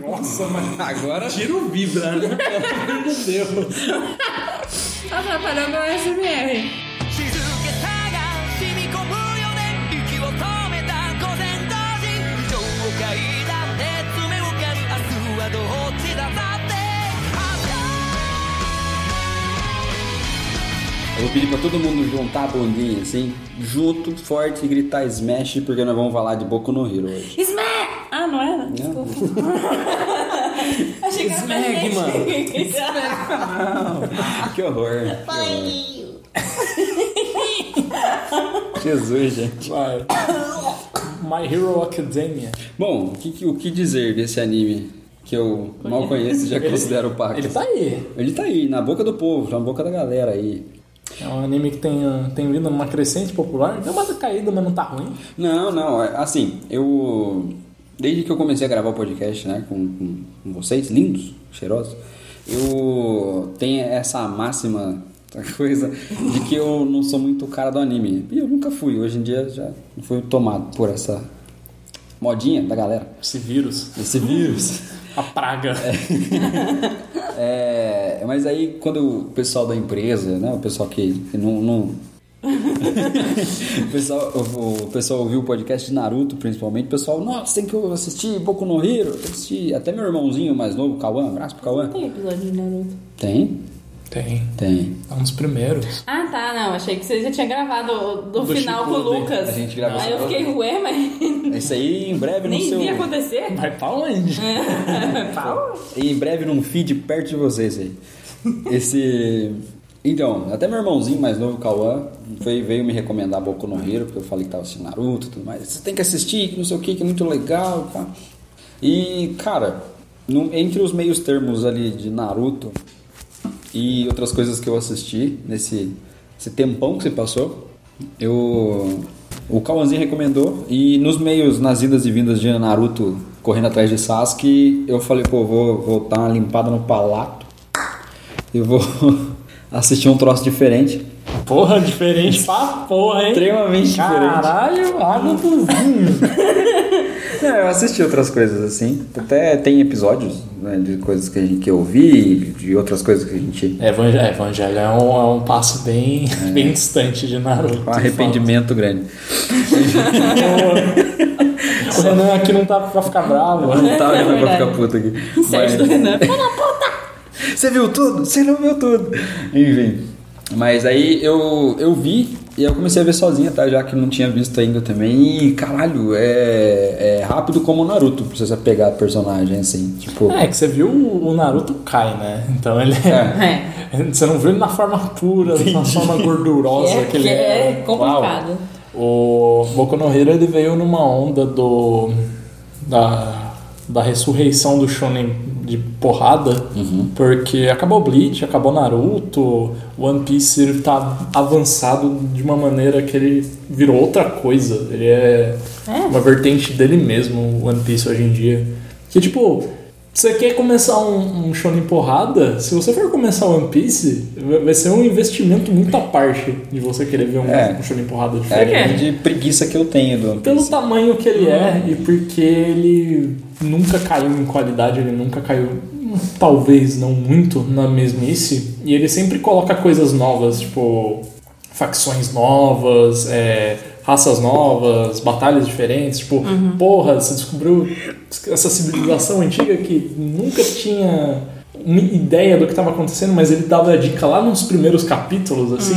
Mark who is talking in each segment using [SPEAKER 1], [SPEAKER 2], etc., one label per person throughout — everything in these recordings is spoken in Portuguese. [SPEAKER 1] Nossa, mas agora.
[SPEAKER 2] Tira o Vibra, né? Pelo amor de Deus.
[SPEAKER 3] Atrapalhou meu SMR.
[SPEAKER 4] 静けさが染み込むよね息を止めた午前同時情を嗅いだ熱目を狩る明日はどっちだだって明
[SPEAKER 1] Eu vou pedir pra todo mundo juntar a bundinha assim, junto, forte e gritar smash, porque nós vamos falar de Boku no Hero hoje.
[SPEAKER 3] Smack! Ah, não era? Desculpa. Achei que era pra
[SPEAKER 2] Smack,
[SPEAKER 3] gente.
[SPEAKER 2] mano.
[SPEAKER 1] que horror. né? que horror. Jesus, gente.
[SPEAKER 2] Vai. My Hero Academia.
[SPEAKER 1] Bom, o que, que- o que dizer desse anime que eu mal conheço e já considero paco?
[SPEAKER 2] Ele tá aí.
[SPEAKER 1] Ele tá aí, na boca do povo, na boca da galera aí.
[SPEAKER 2] É um anime que tem, ah, tem vindo numa crescente popular. Deu uma caída, mas não tá ruim.
[SPEAKER 1] Não, não, é- assim, eu. Desde que eu comecei a gravar o podcast, né, com, com- com vocês, lindos, cheirosos, eu tenho essa máxima essa coisa de que eu não sou muito o cara do anime. E eu nunca fui, hoje em dia já fui tomado por essa modinha da galera,
[SPEAKER 2] Esse vírus.
[SPEAKER 1] esse vírus.
[SPEAKER 2] A praga.
[SPEAKER 1] É, mas aí quando o pessoal da empresa, né, o pessoal que, que não, não- o, pessoal, o, o pessoal ouviu o podcast de Naruto, principalmente, o pessoal, nossa, tem que assistir Boku no Hero, tem que assistir. até meu irmãozinho mais novo, Cauã, abraço pro Cauã.
[SPEAKER 3] Tem episódio de Naruto.
[SPEAKER 1] Tem?
[SPEAKER 2] Tem.
[SPEAKER 1] Tem.
[SPEAKER 2] É um dos primeiros.
[SPEAKER 3] Ah, tá, não. Achei que você já tinha gravado o- do,
[SPEAKER 2] Do
[SPEAKER 3] final com o
[SPEAKER 2] Shippuden.
[SPEAKER 3] Lucas.
[SPEAKER 1] A gente gravou
[SPEAKER 3] Aí eu
[SPEAKER 1] essa
[SPEAKER 3] fiquei, ué, mas
[SPEAKER 1] Isso aí em breve no
[SPEAKER 3] nem
[SPEAKER 1] seu.
[SPEAKER 3] vi acontecer.
[SPEAKER 2] Vai pra onde?
[SPEAKER 1] Em breve num feed perto de vocês aí. Esse. Então, até meu irmãozinho mais novo, Cauã, veio, veio me recomendar Boku no Hero, porque eu falei que tava assistindo Naruto e tudo mais. Você tem que assistir, que não sei o que, que é muito legal. Pá. E, cara, num- entre os meios termos ali de Naruto e outras coisas que eu assisti nesse esse tempão que se passou, eu. O Cauãzinho recomendou e nos meios, nas idas e vindas de Naruto correndo atrás de Sasuke, eu falei, pô, vou, vou dar uma limpada no palato e vou assistir um troço diferente.
[SPEAKER 2] Porra, diferente pra porra, hein?
[SPEAKER 1] Extremamente
[SPEAKER 2] Caralho, água do vinho.
[SPEAKER 1] diferente. É, eu assisti outras coisas assim. Até tem episódios né, de coisas que, a gente, que eu vi, de outras coisas que a gente.
[SPEAKER 2] Evangelho, é, Evangelho é um, é um passo bem, bem distante de Naruto.
[SPEAKER 1] Um arrependimento grande.
[SPEAKER 2] O Renan aqui não tá pra ficar bravo.
[SPEAKER 1] Não tá,
[SPEAKER 3] É
[SPEAKER 1] eu vou
[SPEAKER 3] verdade. né?
[SPEAKER 1] ficar puto aqui.
[SPEAKER 3] Sérgio do
[SPEAKER 1] Mas-
[SPEAKER 3] Renan.
[SPEAKER 1] Você viu tudo? Você não viu tudo. Enfim. Mas aí eu, eu vi e eu comecei a ver sozinha, tá? Já que não tinha visto ainda também. E caralho, é, é rápido como o Naruto, pra você pegar personagem assim. Tipo.
[SPEAKER 2] É, que você viu o o Naruto cai, né? Então ele é.
[SPEAKER 3] É.
[SPEAKER 2] Você não viu ele na forma pura, na forma gordurosa
[SPEAKER 3] É,
[SPEAKER 2] que ele
[SPEAKER 3] que
[SPEAKER 2] é.
[SPEAKER 3] é complicado.
[SPEAKER 2] O Boku no Hero, ele veio numa onda do da, da ressurreição do shonen de porrada, porque acabou Bleach, acabou Naruto, One Piece ele tá avançado de uma maneira que ele virou outra coisa. Ele é,
[SPEAKER 3] É.
[SPEAKER 2] uma vertente dele mesmo, o One Piece hoje em dia. Que tipo, você quer começar um, um shonen porrada? Se você for começar One Piece, vai vai ser um investimento muito à parte de você querer ver um,
[SPEAKER 1] É.
[SPEAKER 2] um shonen porrada diferente.
[SPEAKER 1] É a grande preguiça que eu tenho do One
[SPEAKER 2] Pelo
[SPEAKER 1] Piece.
[SPEAKER 2] tamanho que ele é e porque ele nunca caiu em qualidade, ele nunca caiu, hum, talvez não muito, na mesmice. E ele sempre coloca coisas novas, tipo facções novas, é, raças novas, batalhas diferentes. Tipo, porra, você descobriu essa civilização antiga que nunca tinha uma ideia do que estava acontecendo, mas ele dava a dica lá nos primeiros capítulos, assim.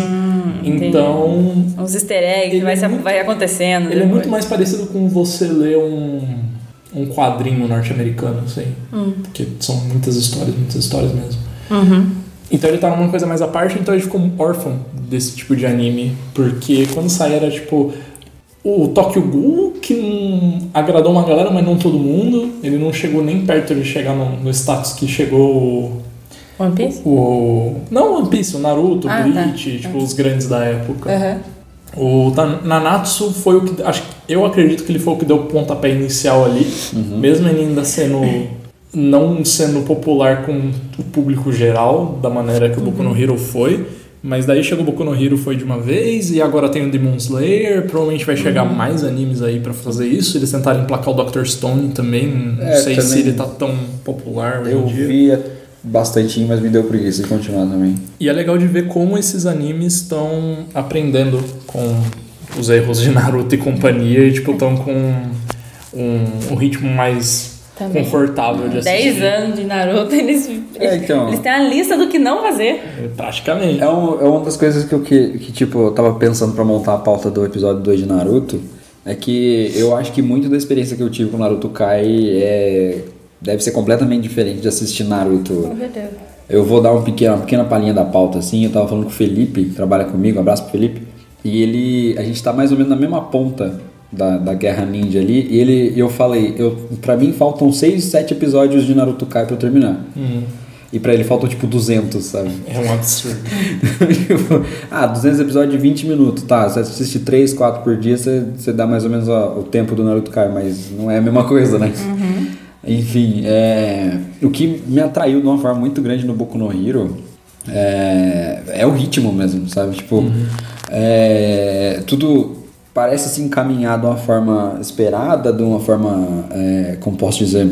[SPEAKER 2] então,
[SPEAKER 3] Uns easter eggs
[SPEAKER 2] Ele
[SPEAKER 3] que vai,
[SPEAKER 2] é
[SPEAKER 3] se-
[SPEAKER 2] muito-
[SPEAKER 3] vai acontecendo.
[SPEAKER 2] ele é
[SPEAKER 3] depois.
[SPEAKER 2] muito mais parecido com você ler um, um quadrinho norte-americano, assim.
[SPEAKER 3] Hum.
[SPEAKER 2] Porque são muitas histórias, muitas histórias mesmo.
[SPEAKER 3] Uhum.
[SPEAKER 2] Então ele tá numa coisa mais à parte, então ele ficou um órfão desse tipo de anime. Porque quando saía era tipo. O Tokyo Ghoul, que não agradou uma galera, mas não todo mundo. Ele não chegou nem perto de chegar no, no status que chegou
[SPEAKER 3] One Piece?
[SPEAKER 2] o. o não One Piece, o Naruto, o
[SPEAKER 3] Ah, tá. É.
[SPEAKER 2] Bleach, tipo, os grandes da época.
[SPEAKER 3] Aham.
[SPEAKER 2] O Ta- Nanatsu foi o que. Acho, que- eu acredito que ele foi o que deu o pontapé inicial ali. Mesmo ele ainda sendo.
[SPEAKER 1] Uhum.
[SPEAKER 2] Não sendo popular com o público geral, da maneira que o Boku no Hero foi. Mas daí chegou Boku no Hero foi de uma vez, e agora tem o Demon Slayer, provavelmente vai chegar
[SPEAKER 1] Uhum.
[SPEAKER 2] mais animes aí pra fazer isso. Eles tentaram emplacar o Dr. Stone também, não
[SPEAKER 1] É,
[SPEAKER 2] sei se
[SPEAKER 1] também.
[SPEAKER 2] ele tá tão popular hoje
[SPEAKER 1] Eu
[SPEAKER 2] em dia.
[SPEAKER 1] via bastante, mas me deu preguiça de continuar também.
[SPEAKER 2] E é legal de ver como esses animes estão aprendendo com os erros de Naruto e companhia, e tipo, estão com um, um ritmo mais
[SPEAKER 3] Também.
[SPEAKER 2] confortável de assistir.
[SPEAKER 3] 10 anos de Naruto, eles,
[SPEAKER 1] É, então.
[SPEAKER 3] eles têm a lista do que não fazer.
[SPEAKER 2] Praticamente.
[SPEAKER 1] É, um- é uma das coisas que eu que, que, tipo, eu tava pensando pra montar a pauta do episódio 2 de Naruto. É que eu acho que muito da experiência que eu tive com Naruto Kai é, deve ser completamente diferente de assistir Naruto.
[SPEAKER 3] Com certeza.
[SPEAKER 1] Eu vou dar um pequeno- uma pequena palhinha da pauta, assim. Eu tava falando com o Felipe, que trabalha comigo, um abraço pro Felipe. E ele. A gente tá mais ou menos na mesma ponta da, da Guerra Ninja ali. E ele, e eu falei, eu, pra mim faltam 6, 7 episódios de Naruto Kai pra eu terminar. E pra ele faltam tipo 200, sabe?
[SPEAKER 2] É um absurdo.
[SPEAKER 1] Tipo, ah, 200 episódios de 20 minutos, tá? Você assiste 3, 4 por dia, você, você dá mais ou menos ó, o tempo do Naruto Kai, mas não é a mesma coisa, né? Enfim, é, o que me atraiu de uma forma muito grande no Boku no Hero é, é o ritmo mesmo, sabe? Tipo, é, tudo parece se encaminhar de uma forma esperada, de uma forma, é, como posso dizer,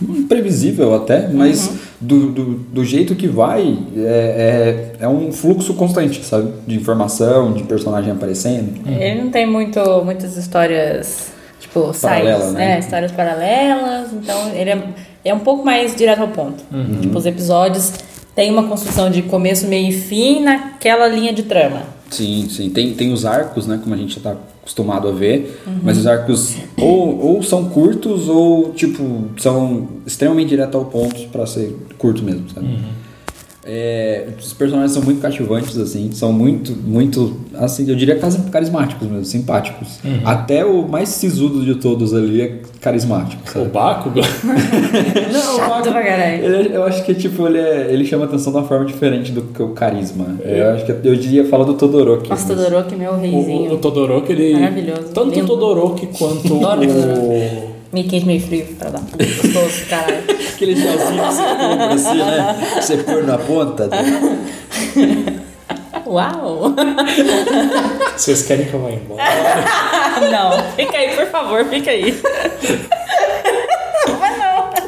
[SPEAKER 1] imprevisível até, mas do, do, do jeito que vai, é, é, é um fluxo constante, sabe? De informação, de personagem aparecendo.
[SPEAKER 3] Ele não tem muito, muitas histórias, tipo,
[SPEAKER 1] Paralela,
[SPEAKER 3] sites,
[SPEAKER 1] né?
[SPEAKER 3] né? Histórias paralelas, então ele é, é um pouco mais direto ao ponto.
[SPEAKER 1] Uhum.
[SPEAKER 3] Tipo, os episódios têm uma construção de começo, meio e fim naquela linha de trama.
[SPEAKER 1] Sim, sim. Tem, tem os arcos, né? Como a gente tá acostumado a ver, mas os arcos ou, ou são curtos ou, tipo, são extremamente direto ao ponto pra ser curto mesmo, sabe? É, os personagens são muito cativantes, assim, são muito, muito, assim, eu diria casi- carismáticos mesmo, simpáticos. Até o mais sisudo de todos ali é carismático,
[SPEAKER 2] O
[SPEAKER 1] sabe?
[SPEAKER 2] Bakugan?
[SPEAKER 1] Não,
[SPEAKER 3] Chato pra caralho.
[SPEAKER 1] ele- eu acho que, tipo, ele, é- ele chama atenção de uma forma diferente do que o carisma. Eu acho que eu diria falar do Todoroki.
[SPEAKER 3] Nossa,
[SPEAKER 1] mas-
[SPEAKER 3] Todoroki, meu
[SPEAKER 2] O, o
[SPEAKER 3] reizinho.
[SPEAKER 2] Todoroki, ele.
[SPEAKER 3] Maravilhoso,
[SPEAKER 2] Tanto
[SPEAKER 3] lindo.
[SPEAKER 2] o Todoroki quanto
[SPEAKER 3] Adoro
[SPEAKER 2] o.
[SPEAKER 3] Meio quente, meio frio, pra dar. um Gostoso, caralho.
[SPEAKER 1] Aquele gelzinho que você compra assim, né? Você põe na ponta. tá?
[SPEAKER 3] Uau!
[SPEAKER 2] Vocês querem que eu vá embora?
[SPEAKER 3] Ah, Não, fica aí, por favor, fica aí.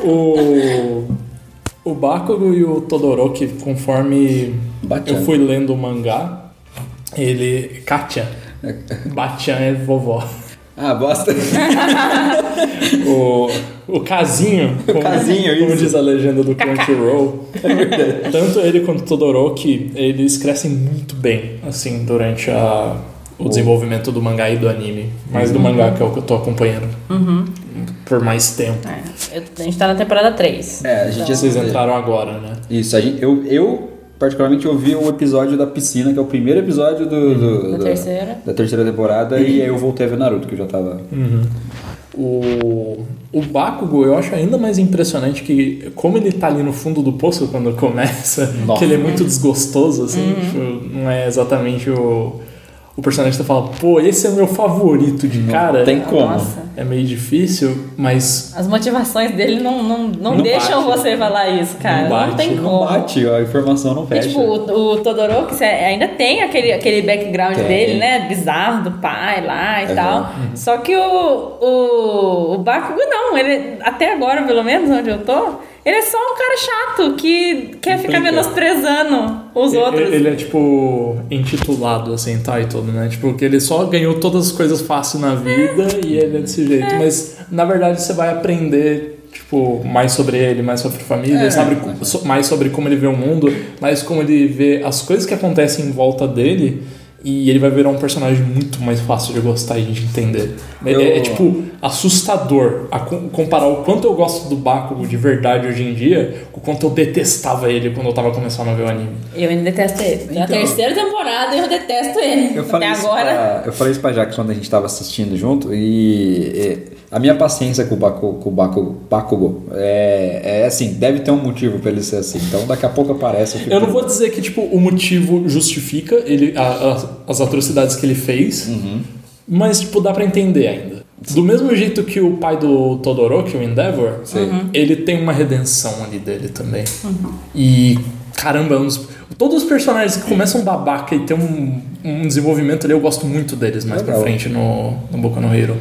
[SPEAKER 2] O. O Bakugo e o Todoroki, conforme
[SPEAKER 1] Bachan.
[SPEAKER 2] eu fui lendo o mangá, ele. Katia. Bachan é vovó.
[SPEAKER 1] Ah, bosta.
[SPEAKER 2] O, o casinho, É como,
[SPEAKER 1] casinho,
[SPEAKER 2] como
[SPEAKER 1] isso.
[SPEAKER 2] diz a legenda do Crunchyroll, tanto ele quanto o Todoroki, eles crescem muito bem, assim, durante a- o desenvolvimento do mangá e do anime. Mas do mangá, que é o que eu tô acompanhando por mais tempo.
[SPEAKER 3] Eu- a gente tá na temporada 3.
[SPEAKER 1] É, a gente
[SPEAKER 2] Vocês
[SPEAKER 1] assistiu.
[SPEAKER 2] entraram agora, né?
[SPEAKER 1] Isso, a gente, eu, eu particularmente ouvi o episódio da piscina, que é o primeiro episódio do,
[SPEAKER 2] Uhum.
[SPEAKER 1] do-
[SPEAKER 3] Da terceira.
[SPEAKER 1] da terceira temporada, e aí eu voltei a ver Naruto, que eu já tava.
[SPEAKER 2] O, o Bakugo eu acho ainda mais impressionante que como ele tá ali no fundo do poço quando começa,
[SPEAKER 1] Nossa. Uhum.
[SPEAKER 2] que ele é muito desgostoso, assim, tipo, não é exatamente o, o personagem que você fala, pô, esse é o meu favorito de cara.
[SPEAKER 1] tem como.
[SPEAKER 3] Nossa.
[SPEAKER 2] É meio difícil, mas
[SPEAKER 3] As motivações dele não, não, não,
[SPEAKER 2] Não
[SPEAKER 3] deixam
[SPEAKER 2] bate. né?
[SPEAKER 3] você falar isso, cara.
[SPEAKER 2] Não
[SPEAKER 3] Não,
[SPEAKER 2] bate,
[SPEAKER 3] tem
[SPEAKER 2] não
[SPEAKER 3] como.
[SPEAKER 1] Bate, ó, a informação não
[SPEAKER 3] E,
[SPEAKER 1] fecha.
[SPEAKER 3] tipo, o, o Todoroki você ainda tem aquele, aquele background
[SPEAKER 1] né? Tem.
[SPEAKER 3] dele, né? Bizarro, do pai lá e
[SPEAKER 1] Aham. Uhum.
[SPEAKER 3] tal. Só que o, o, o Bakugo não. Ele, até agora, pelo menos, onde eu tô, ele é só um cara chato que quer ficar
[SPEAKER 2] Implica.
[SPEAKER 3] menosprezando os
[SPEAKER 2] e-
[SPEAKER 3] outros.
[SPEAKER 2] ele é tipo intitulado, assim, entitled, né? Tipo, que ele só ganhou todas as coisas fácil na vida e ele é desse jeito. Mas na verdade você vai aprender. Tipo, mais sobre ele, mais sobre a família,
[SPEAKER 1] É.
[SPEAKER 2] sabe, so- mais sobre como ele vê o mundo, mais como ele vê as coisas que acontecem em volta dele, e ele vai virar um personagem muito mais fácil de gostar e de entender. É-
[SPEAKER 1] Eu-
[SPEAKER 2] é, é tipo, tipo, assustador a co- comparar o quanto eu gosto do Bakugo de verdade hoje em dia com o quanto eu detestava ele quando eu tava começando a ver o anime.
[SPEAKER 3] Eu ainda detesto ele. Na
[SPEAKER 1] Então.
[SPEAKER 3] terceira temporada eu detesto ele.
[SPEAKER 1] Eu falei,
[SPEAKER 3] até
[SPEAKER 1] isso
[SPEAKER 3] agora.
[SPEAKER 1] pra, eu falei isso pra Jax quando a gente tava assistindo junto e, e a minha paciência com o, Baku, com o Baku, Bakugo é, é assim, deve ter um motivo pra ele ser assim. Então daqui a pouco aparece o filme.
[SPEAKER 2] Eu não vou dizer que tipo o motivo justifica ele a- a- as atrocidades que ele fez,
[SPEAKER 1] Uhum.
[SPEAKER 2] mas tipo dá pra entender ainda. Do mesmo jeito que o pai do
[SPEAKER 3] Uhum.
[SPEAKER 2] Todoroki, o Endeavor,
[SPEAKER 1] Sim.
[SPEAKER 2] ele tem uma redenção ali dele também. E Caramba, é um dos- todos os personagens que começam babaca e tem um, um desenvolvimento ali, eu gosto muito deles mais pra
[SPEAKER 1] Legal.
[SPEAKER 2] frente no, no Boku no Hero.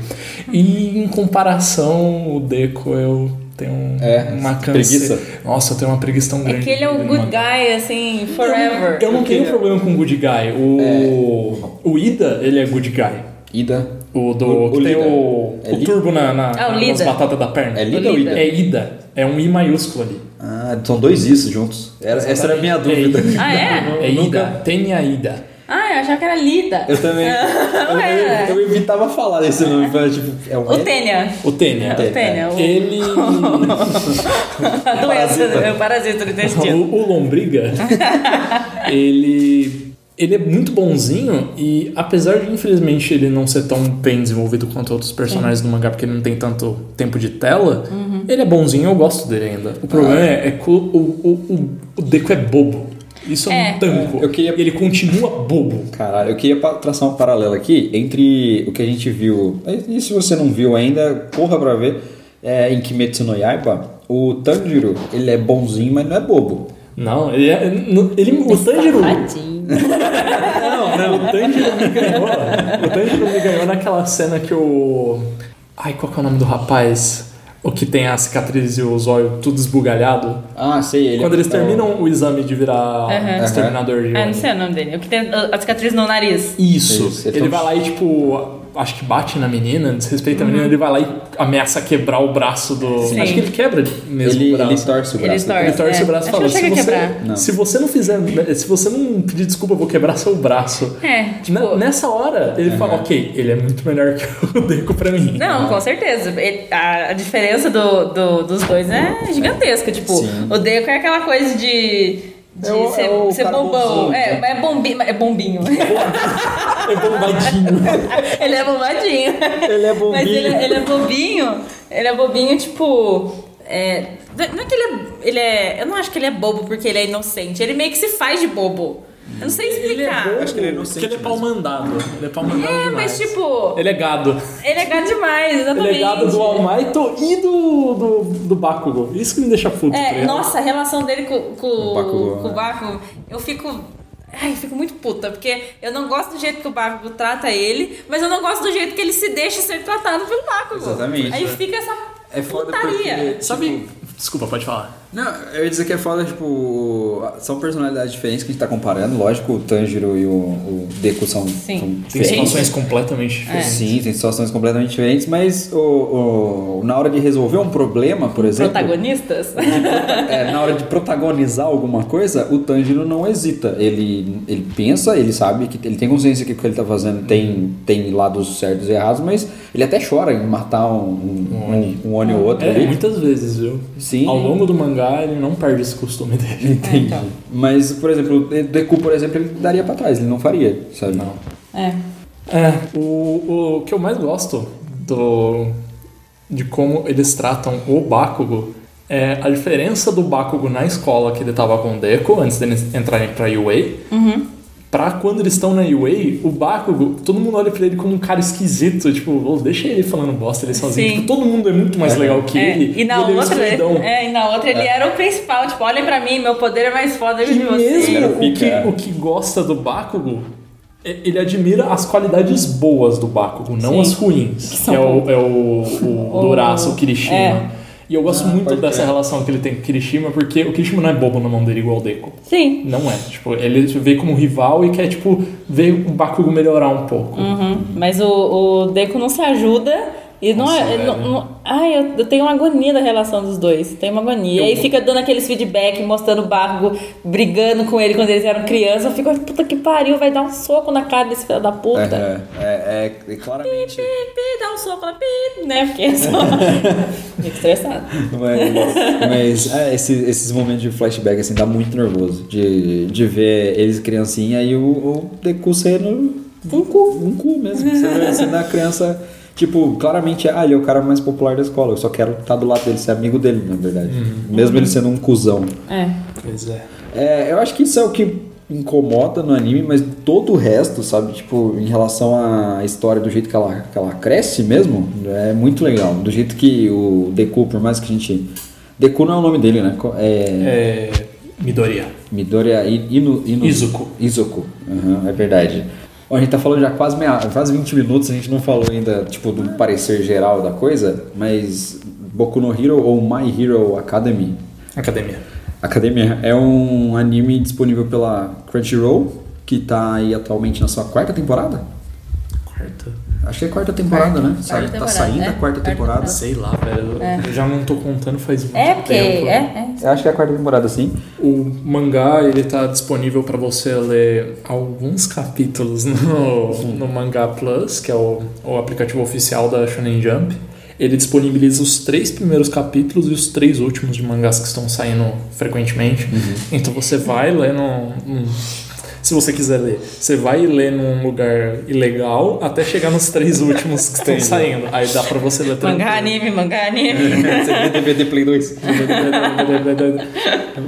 [SPEAKER 2] E em comparação, o Deco eu tenho um-
[SPEAKER 1] É,
[SPEAKER 2] uma
[SPEAKER 1] preguiça.
[SPEAKER 2] cansa. Nossa, eu tenho uma preguiça tão grande.
[SPEAKER 3] É que ele é um
[SPEAKER 2] dele,
[SPEAKER 3] good
[SPEAKER 2] mano.
[SPEAKER 3] guy, assim, forever.
[SPEAKER 2] Eu não tenho problema com o good guy. O, o Ida, ele é good guy.
[SPEAKER 1] Ida.
[SPEAKER 2] O do
[SPEAKER 1] O- o
[SPEAKER 2] que tem
[SPEAKER 1] Lida.
[SPEAKER 2] o,
[SPEAKER 1] É
[SPEAKER 2] o
[SPEAKER 1] Lida?
[SPEAKER 2] turbo na, na,
[SPEAKER 3] Ah, o
[SPEAKER 2] nas
[SPEAKER 3] Lida.
[SPEAKER 2] batatas da perna.
[SPEAKER 1] É Lida ou
[SPEAKER 3] Lida.
[SPEAKER 1] Ida?
[SPEAKER 2] É Ida. É um I maiúsculo ali.
[SPEAKER 1] Ah, são dois isso juntos. Era- essa era a minha dúvida.
[SPEAKER 2] É Ida.
[SPEAKER 3] Ah, é?
[SPEAKER 2] É
[SPEAKER 1] Nunca-
[SPEAKER 2] Ida. Tem a Ida.
[SPEAKER 3] Ah, eu achava que era Lida.
[SPEAKER 1] Eu também. eu,
[SPEAKER 3] é.
[SPEAKER 1] eu evitava falar esse nome, mas, tipo, é um
[SPEAKER 3] O
[SPEAKER 1] L?
[SPEAKER 3] Tênia.
[SPEAKER 2] O Tênia.
[SPEAKER 1] Tênia.
[SPEAKER 3] O Tênia. É o-
[SPEAKER 2] Ele.
[SPEAKER 3] A doença,
[SPEAKER 1] parasita.
[SPEAKER 3] o assim, é um parasita do
[SPEAKER 2] o,
[SPEAKER 3] intestino.
[SPEAKER 2] o Lombriga. ele. Ele é muito bonzinho e, apesar de infelizmente ele não ser tão bem desenvolvido quanto outros personagens do mangá, porque ele não tem tanto tempo de tela, ele é bonzinho eu gosto dele ainda. O problema
[SPEAKER 1] Ah.
[SPEAKER 2] é, é que o, o, o, o- o Deco é bobo. Isso é,
[SPEAKER 3] É.
[SPEAKER 2] um tanco.
[SPEAKER 1] Eu queria-
[SPEAKER 2] E ele continua bobo.
[SPEAKER 1] Caralho, eu queria pa- traçar um paralelo aqui entre o que a gente viu, e se você não viu ainda, corra pra ver, é, em Kimetsu no Yaiba, o Tanjiro, ele é bonzinho, mas não é bobo.
[SPEAKER 2] Não, ele é. no- Ele, o Tanjiro. É, Não, não, o Tanjiro me ganhou. O Tanjiro me ganhou naquela cena que o. Ai, qual que é o nome do rapaz? O que tem a cicatriz e os olhos tudo esbugalhado.
[SPEAKER 1] Ah, sei, ele
[SPEAKER 2] Quando eles
[SPEAKER 1] é
[SPEAKER 2] terminam o exame de virar
[SPEAKER 3] Aham.
[SPEAKER 2] exterminador de.
[SPEAKER 3] Ah, não sei o nome dele. O que tem a a cicatriz no nariz.
[SPEAKER 2] Isso.
[SPEAKER 1] Isso,
[SPEAKER 2] ele
[SPEAKER 1] então-
[SPEAKER 2] vai lá e, tipo, acho que bate na menina, desrespeita a menina, ele vai lá e ameaça quebrar o braço do.
[SPEAKER 3] Uhum. Sim.
[SPEAKER 2] Acho que ele quebra mesmo
[SPEAKER 1] Ele,
[SPEAKER 2] o braço.
[SPEAKER 1] ele torce o braço.
[SPEAKER 3] Ele torce.
[SPEAKER 2] Ele torce
[SPEAKER 3] É.
[SPEAKER 2] o braço
[SPEAKER 3] Acho
[SPEAKER 2] e
[SPEAKER 3] que
[SPEAKER 2] fala:
[SPEAKER 3] não chega
[SPEAKER 2] se
[SPEAKER 3] a
[SPEAKER 2] você,
[SPEAKER 3] quebrar.
[SPEAKER 1] Não.
[SPEAKER 2] se você não fizer, né, se você não pedir desculpa, eu vou quebrar seu braço.
[SPEAKER 3] É, tipo...
[SPEAKER 2] Na- nessa hora, ele
[SPEAKER 1] Uhum.
[SPEAKER 2] fala, ok, ele é muito melhor que o Deco pra mim.
[SPEAKER 3] Não, com certeza. Ele- a, a diferença do, do- dos dois é gigantesca. Tipo,
[SPEAKER 1] Sim.
[SPEAKER 3] o Deco é aquela coisa de... De
[SPEAKER 1] É o-
[SPEAKER 3] ser,
[SPEAKER 1] é o
[SPEAKER 3] ser
[SPEAKER 1] cara
[SPEAKER 3] bombão.
[SPEAKER 1] bonzinho,
[SPEAKER 3] É,
[SPEAKER 1] tá?
[SPEAKER 3] é, bombi, é bombinho.
[SPEAKER 2] É bombadinho.
[SPEAKER 3] ele é bombadinho.
[SPEAKER 1] Ele é bombinho.
[SPEAKER 3] Mas ele, é- ele é bobinho. Ele é bobinho, tipo. é, não é que ele é, ele é- Eu não acho que ele é bobo porque ele é inocente. Ele meio que se faz de bobo. Eu não sei explicar.
[SPEAKER 1] Acho que ele é inocente
[SPEAKER 2] Porque ele é
[SPEAKER 1] mesmo.
[SPEAKER 2] pau mandado. Ele é pau mandado
[SPEAKER 3] É, mas
[SPEAKER 2] demais.
[SPEAKER 3] tipo.
[SPEAKER 2] Ele é gado.
[SPEAKER 3] Ele é gato demais, exatamente.
[SPEAKER 2] Ele é gado do Almaito e do, do, do Bakugo. Isso que me deixa puto. tá
[SPEAKER 3] É,
[SPEAKER 2] ligado?
[SPEAKER 3] nossa, a relação dele com, com,
[SPEAKER 1] O Bakugo,
[SPEAKER 3] com o
[SPEAKER 1] né?
[SPEAKER 3] Bakugo, eu fico. Ai, eu fico muito puta, porque eu não gosto do jeito que o Bakugo trata ele, mas eu não gosto do jeito que ele se deixa ser tratado pelo Bakugo.
[SPEAKER 1] Exatamente,
[SPEAKER 3] Aí
[SPEAKER 1] né?
[SPEAKER 3] fica essa
[SPEAKER 1] É foda
[SPEAKER 3] putaria.
[SPEAKER 1] porque...
[SPEAKER 2] Sabe... Desculpa, pode falar.
[SPEAKER 1] Não, eu ia dizer que é foda, tipo, são personalidades diferentes que a gente tá comparando, lógico, o Tanjiro e o, o Deku são,
[SPEAKER 3] Sim. É.
[SPEAKER 1] são
[SPEAKER 2] Tem
[SPEAKER 1] diferentes.
[SPEAKER 2] situações completamente diferentes.
[SPEAKER 1] Sim, tem situações completamente diferentes, mas o, o- na hora de resolver um problema, por exemplo.
[SPEAKER 3] Protagonistas?
[SPEAKER 1] é, na hora de protagonizar alguma coisa, o Tanjiro não hesita. Ele, ele pensa, ele sabe que ele tem consciência que o que ele tá fazendo tem, tem lados certos e errados, mas ele até chora em matar um, um, um, um Oni ou outro.
[SPEAKER 2] É,
[SPEAKER 1] ali.
[SPEAKER 2] muitas vezes, viu?
[SPEAKER 1] Sim.
[SPEAKER 2] Ao longo do mangá, ele não perde esse costume dele.
[SPEAKER 1] Entendi.
[SPEAKER 3] então.
[SPEAKER 1] Mas, por exemplo, o Deku, por exemplo, ele daria pra trás, ele não faria, sabe? Não.
[SPEAKER 3] É.
[SPEAKER 2] É, o, o que eu mais gosto do, de como eles tratam o Bakugo é a diferença do Bakugo na escola que ele tava com o Deku, antes deles entrarem pra UA,
[SPEAKER 3] Uhum.
[SPEAKER 2] pra quando eles estão na UA, o Bakugo, todo mundo olha pra ele como um cara esquisito, tipo, "Ô, deixa ele falando bosta ele sozinho.
[SPEAKER 3] Sim.
[SPEAKER 2] Tipo, todo mundo é muito mais legal que
[SPEAKER 3] É,
[SPEAKER 2] ele.
[SPEAKER 3] E na
[SPEAKER 2] ele é um
[SPEAKER 3] outra,
[SPEAKER 2] escuridão.
[SPEAKER 3] é, e na outra ele era o principal, tipo, olhem pra mim, meu poder é mais foda que o
[SPEAKER 2] E
[SPEAKER 3] de vocês.
[SPEAKER 2] mesmo o que,
[SPEAKER 1] Fica.
[SPEAKER 2] o que gosta do Bakugo, é- ele admira as qualidades boas do Bakugo, não
[SPEAKER 3] Sim.
[SPEAKER 2] as ruins. Que
[SPEAKER 3] são? Oh,
[SPEAKER 2] é o, é o, o Douraço, o Kirishima.
[SPEAKER 3] É.
[SPEAKER 2] E eu gosto
[SPEAKER 1] Ah,
[SPEAKER 2] muito
[SPEAKER 1] pode
[SPEAKER 2] dessa
[SPEAKER 1] crer.
[SPEAKER 2] relação que ele tem com o Kirishima, porque o Kirishima não é bobo na mão dele igual o Deku.
[SPEAKER 3] Sim.
[SPEAKER 2] Não é. Tipo, ele vê como rival e quer, tipo, ver o Bakugo melhorar um pouco.
[SPEAKER 3] Uhum. Mas o, o Deco não se ajuda. E não,
[SPEAKER 2] Nossa,
[SPEAKER 3] é-
[SPEAKER 2] velho.
[SPEAKER 3] não, não- ai, eu, eu tenho uma agonia da relação dos dois. Tenho uma agonia. E aí fica dando aqueles feedback, mostrando o Bargo, brigando com ele quando eles eram crianças. Eu fico, puta que pariu, vai dar um soco na cara desse filho da
[SPEAKER 1] É,
[SPEAKER 3] puta.
[SPEAKER 1] é, é, é claramente.
[SPEAKER 3] Pi, pi, dá um soco na pi, né? Porque eu sou. Fico estressado.
[SPEAKER 1] Mas, mas, é, esse- esses momentos de flashback assim dá muito nervoso. De, de ver eles criancinha e o, o Deku sendo um cu, um cu mesmo. Você vê assim da criança, tipo, claramente, ah, ele é o cara mais popular da escola. Eu só quero estar do lado dele, ser amigo dele, na verdade. Mesmo ele sendo um cuzão.
[SPEAKER 3] É.
[SPEAKER 2] Pois é.
[SPEAKER 1] É, eu acho que isso é o que incomoda no anime, mas todo o resto, sabe? Tipo, em relação à história, do jeito que ela, que ela cresce mesmo, é muito legal. Do jeito que o Deku, por mais que a gente... Deku não é o nome dele, né? Co- É...
[SPEAKER 2] É, Midoriya.
[SPEAKER 1] Midoriya I- Inu, Inu,
[SPEAKER 2] Izuku.
[SPEAKER 1] Izuku. Aham, é verdade. Ó, a gente tá falando já quase, meia, quase 20 minutos, a gente não falou ainda, tipo, do parecer geral da coisa, mas Boku no Hero ou My Hero Academy.
[SPEAKER 2] Academia.
[SPEAKER 1] Academia é um anime disponível pela Crunchyroll, que tá aí atualmente na sua quarta temporada?
[SPEAKER 2] Quarta.
[SPEAKER 1] Acho que é quarta temporada, né? Sa-
[SPEAKER 3] quarta
[SPEAKER 1] tá
[SPEAKER 3] temporada,
[SPEAKER 1] saindo
[SPEAKER 3] né?
[SPEAKER 1] a quarta
[SPEAKER 3] Quarta
[SPEAKER 1] temporada.
[SPEAKER 3] temporada.
[SPEAKER 2] Sei lá, velho. Eu já não tô contando faz muito
[SPEAKER 3] É,
[SPEAKER 2] tempo.
[SPEAKER 3] porque. É, é.
[SPEAKER 1] Eu acho que é a quarta temporada, sim.
[SPEAKER 2] O mangá, ele tá disponível pra você ler alguns capítulos no, no Mangá Plus, que é o, o aplicativo oficial da Shonen Jump. Ele disponibiliza os três primeiros capítulos e os três últimos de mangás que estão saindo frequentemente. Então você vai ler num, num- Se você quiser ler, você vai ler num lugar ilegal até chegar nos três últimos que estão saindo. Aí dá pra você ler
[SPEAKER 3] Mangá anime, mangá anime.
[SPEAKER 1] Você vê DVD Play 2.
[SPEAKER 2] tranquilo.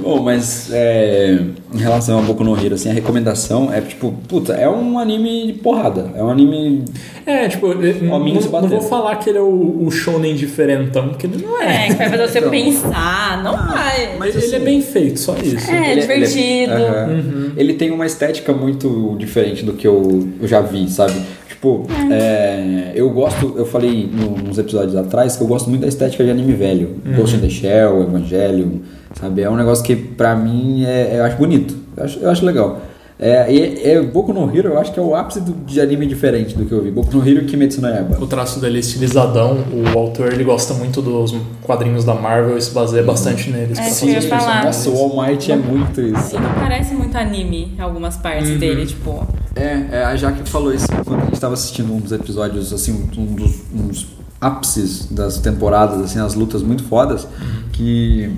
[SPEAKER 1] Bom, mas é, em relação a Boku no Hero, assim, a recomendação é tipo, puta, é um anime de porrada. É um anime.
[SPEAKER 2] É, tipo, ele- não,
[SPEAKER 1] Homem se
[SPEAKER 2] não
[SPEAKER 1] batendo.
[SPEAKER 2] vou falar que ele é o, o shonen diferentão, porque ele não
[SPEAKER 3] É,
[SPEAKER 2] é.
[SPEAKER 3] que vai fazer você
[SPEAKER 1] Então.
[SPEAKER 3] pensar. Não vai.
[SPEAKER 1] mas
[SPEAKER 2] Ele
[SPEAKER 1] assim,
[SPEAKER 2] é bem feito, só isso.
[SPEAKER 3] É, divertido.
[SPEAKER 1] Ele, aham. Ele tem uma estética muito diferente do que eu, eu já vi, sabe? Tipo, é, eu gosto, eu falei no- nos episódios atrás que eu gosto muito da estética de anime velho. Ghost in the Shell, Evangelion, sabe? É um negócio que pra mim é, eu acho bonito, eu acho, eu acho legal. É, e- é, Boku no Hero eu acho que é o ápice do- de anime diferente do que eu vi. Boku no Hero e Kimetsu no Yaiba.
[SPEAKER 2] O traço dele é estilizadão, o autor ele gosta muito dos quadrinhos da Marvel e se baseia bastante neles.
[SPEAKER 3] É,
[SPEAKER 2] pra
[SPEAKER 3] isso que eu ia
[SPEAKER 2] fazer os
[SPEAKER 3] falar.
[SPEAKER 2] personagens.
[SPEAKER 1] Nossa, o All Might é muito isso.
[SPEAKER 3] E não parece muito anime em algumas partes dele, tipo.
[SPEAKER 1] É, é, a Jaque falou isso quando a gente estava assistindo um dos episódios, assim, um dos, um dos ápices das temporadas, assim, as lutas muito fodas,
[SPEAKER 2] Uhum.
[SPEAKER 1] que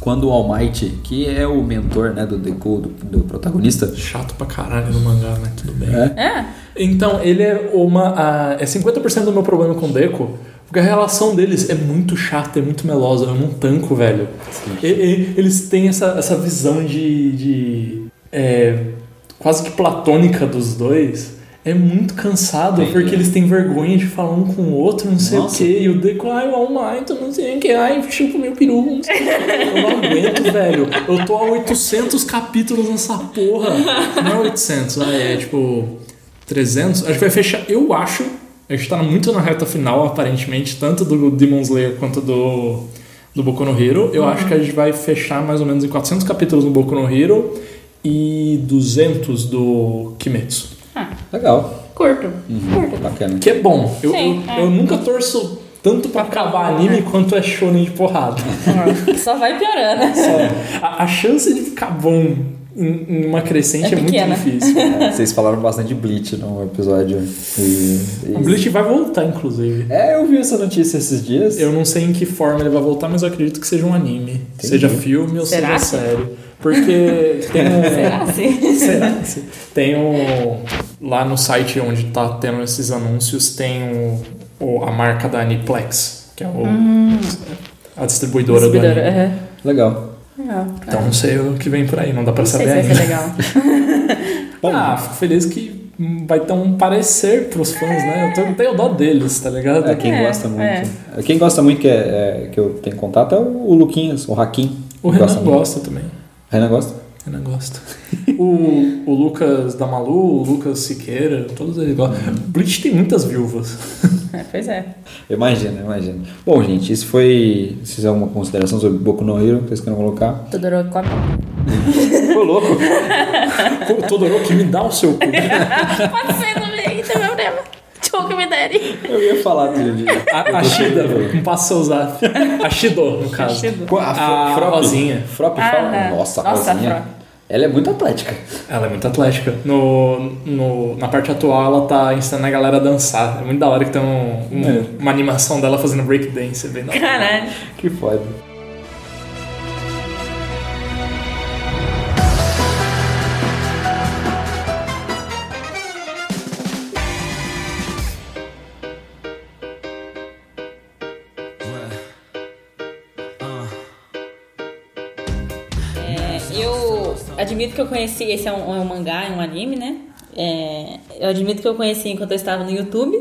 [SPEAKER 1] quando o All Might, que é o mentor, né, do Deku, do, do protagonista,
[SPEAKER 2] Chato pra caralho no mangá, mas tudo bem.
[SPEAKER 1] É.
[SPEAKER 3] É,
[SPEAKER 2] Então, ele é uma. ah, é 50% do meu problema com o Deco. Porque a relação deles é muito chata, é muito melosa, é um tanco, velho. E- e- eles têm essa, essa visão de. de, é, quase que platônica dos dois. É muito cansado,
[SPEAKER 1] Entendi.
[SPEAKER 2] porque eles têm vergonha de falar um com o outro, não sei
[SPEAKER 1] Nossa.
[SPEAKER 2] o quê. E o Deco, ai, o All Might, não sei o quê, ai, chupa meu peru, não sei o quê. Eu não aguento, velho. Eu tô a 800 capítulos nessa porra. Não é 800, ah, é tipo 300. Acho que vai fechar, eu acho. A gente tá muito na reta final, aparentemente, tanto do Demon Slayer quanto do, do Boku no Hero.
[SPEAKER 3] Uhum.
[SPEAKER 2] Eu acho que a gente vai fechar mais ou menos em 400 capítulos do Boku no Hero e 200 do Kimetsu.
[SPEAKER 1] legal,
[SPEAKER 3] ah, curto. Curto. tá
[SPEAKER 1] bacana.
[SPEAKER 2] Que é bom. Eu,
[SPEAKER 3] Sim,
[SPEAKER 2] eu,
[SPEAKER 3] é. né?
[SPEAKER 2] eu nunca torço tanto pra cavar anime quanto é shonen de porrada.
[SPEAKER 3] Só vai piorando.
[SPEAKER 2] a, a chance de ficar bom em, em uma crescente
[SPEAKER 3] É
[SPEAKER 2] é, muito
[SPEAKER 3] pequena.
[SPEAKER 2] difícil.
[SPEAKER 1] É, vocês falaram bastante de Bleach no episódio. e- e-
[SPEAKER 2] O Bleach vai voltar, inclusive.
[SPEAKER 1] É, eu vi essa notícia esses dias.
[SPEAKER 2] Eu não sei em que forma ele vai voltar, mas eu acredito que seja um anime. Seja filme ou
[SPEAKER 3] Será
[SPEAKER 2] seja série. Porque tem um.
[SPEAKER 3] Será assim?
[SPEAKER 2] Será? Tem o. Lá no site onde tá tendo esses anúncios, tem o, o- a marca da Aniplex, que é o, a distribuidora, do anime.
[SPEAKER 3] Hum. Distribuidora, aham.
[SPEAKER 1] Legal.
[SPEAKER 3] Legal.
[SPEAKER 2] Então não sei o que vem por aí, não dá pra
[SPEAKER 3] Não sei
[SPEAKER 2] saber
[SPEAKER 3] se vai
[SPEAKER 2] ainda.
[SPEAKER 3] ser legal.
[SPEAKER 2] Ah, fico feliz que hum, vai ter um parecer pros fãs, né? Eu tô- eu tenho dó deles, tá ligado?
[SPEAKER 1] É, quem
[SPEAKER 3] É,
[SPEAKER 1] gosta muito.
[SPEAKER 3] é.
[SPEAKER 1] Quem gosta muito que, é, é- que eu tenho contato é o, o Luquinhas, o Hakim.
[SPEAKER 2] O Renan
[SPEAKER 1] muito.
[SPEAKER 2] gosta também.
[SPEAKER 1] Renan gosta?
[SPEAKER 2] Renan gosta. O, o Lucas da Malu, o Lucas Siqueira, todos eles gostam. Bleach tem muitas viúvas.
[SPEAKER 3] É, pois é.
[SPEAKER 1] Imagina, imagina. Bom, gente, isso foi. Se fizer alguma consideração sobre Boku no Hero, que vocês querem colocar.
[SPEAKER 3] Todoroki come.
[SPEAKER 2] Ô, louco! Pô, Todoroki, me dá o seu cu.
[SPEAKER 3] Pode ser então no meio, tem problema. Choco me dere.
[SPEAKER 1] Eu ia falar de. de
[SPEAKER 2] A, a Shida, não passa seu zap. A Shido, no caso. A
[SPEAKER 1] Frop.
[SPEAKER 2] Rosinha.
[SPEAKER 1] Frop
[SPEAKER 3] Ah,
[SPEAKER 1] Ah, fala-
[SPEAKER 3] né.
[SPEAKER 1] Nossa, a
[SPEAKER 3] Nossa, a
[SPEAKER 1] Rosinha.
[SPEAKER 3] Frop.
[SPEAKER 1] Ela é muito atlética.
[SPEAKER 2] Ela é muito atlética. No, no, na parte atual, ela tá ensinando a galera a dançar. É muito da hora que tem um- um- uma animação dela fazendo breakdance. É bem da hora.
[SPEAKER 3] Caralho.
[SPEAKER 1] Que foda.
[SPEAKER 3] É, Eu admito que eu conheci, esse é um, é um mangá, é um anime, né? É, eu admito que eu conheci enquanto eu estava no YouTube.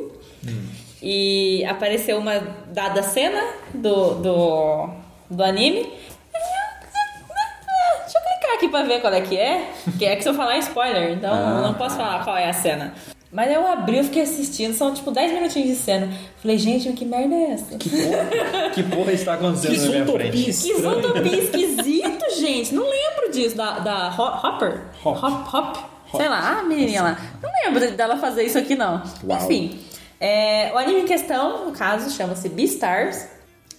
[SPEAKER 1] Hum.
[SPEAKER 3] E apareceu uma dada cena do, do, do anime. Aí eu, né, né, Deixa eu clicar pra ver qual é que é. Que é que se eu falar é spoiler, então
[SPEAKER 1] Ah.
[SPEAKER 3] não posso falar qual é a cena. Mas eu abri, eu fiquei assistindo, são tipo 10 minutinhos de cena. Falei, gente, mas que merda é essa?
[SPEAKER 1] Que porra, que porra está acontecendo
[SPEAKER 2] é
[SPEAKER 1] na minha frente?
[SPEAKER 3] Que isotopia esquisito, gente. Não lembro disso. Da, da Ho- Hopper?
[SPEAKER 2] Hop.
[SPEAKER 3] Hop, hop. Sei lá, a menininha lá. Não lembro dela fazer isso aqui, não.
[SPEAKER 1] Uau.
[SPEAKER 3] Enfim. é, o anime em questão, no caso, chama-se Beastars.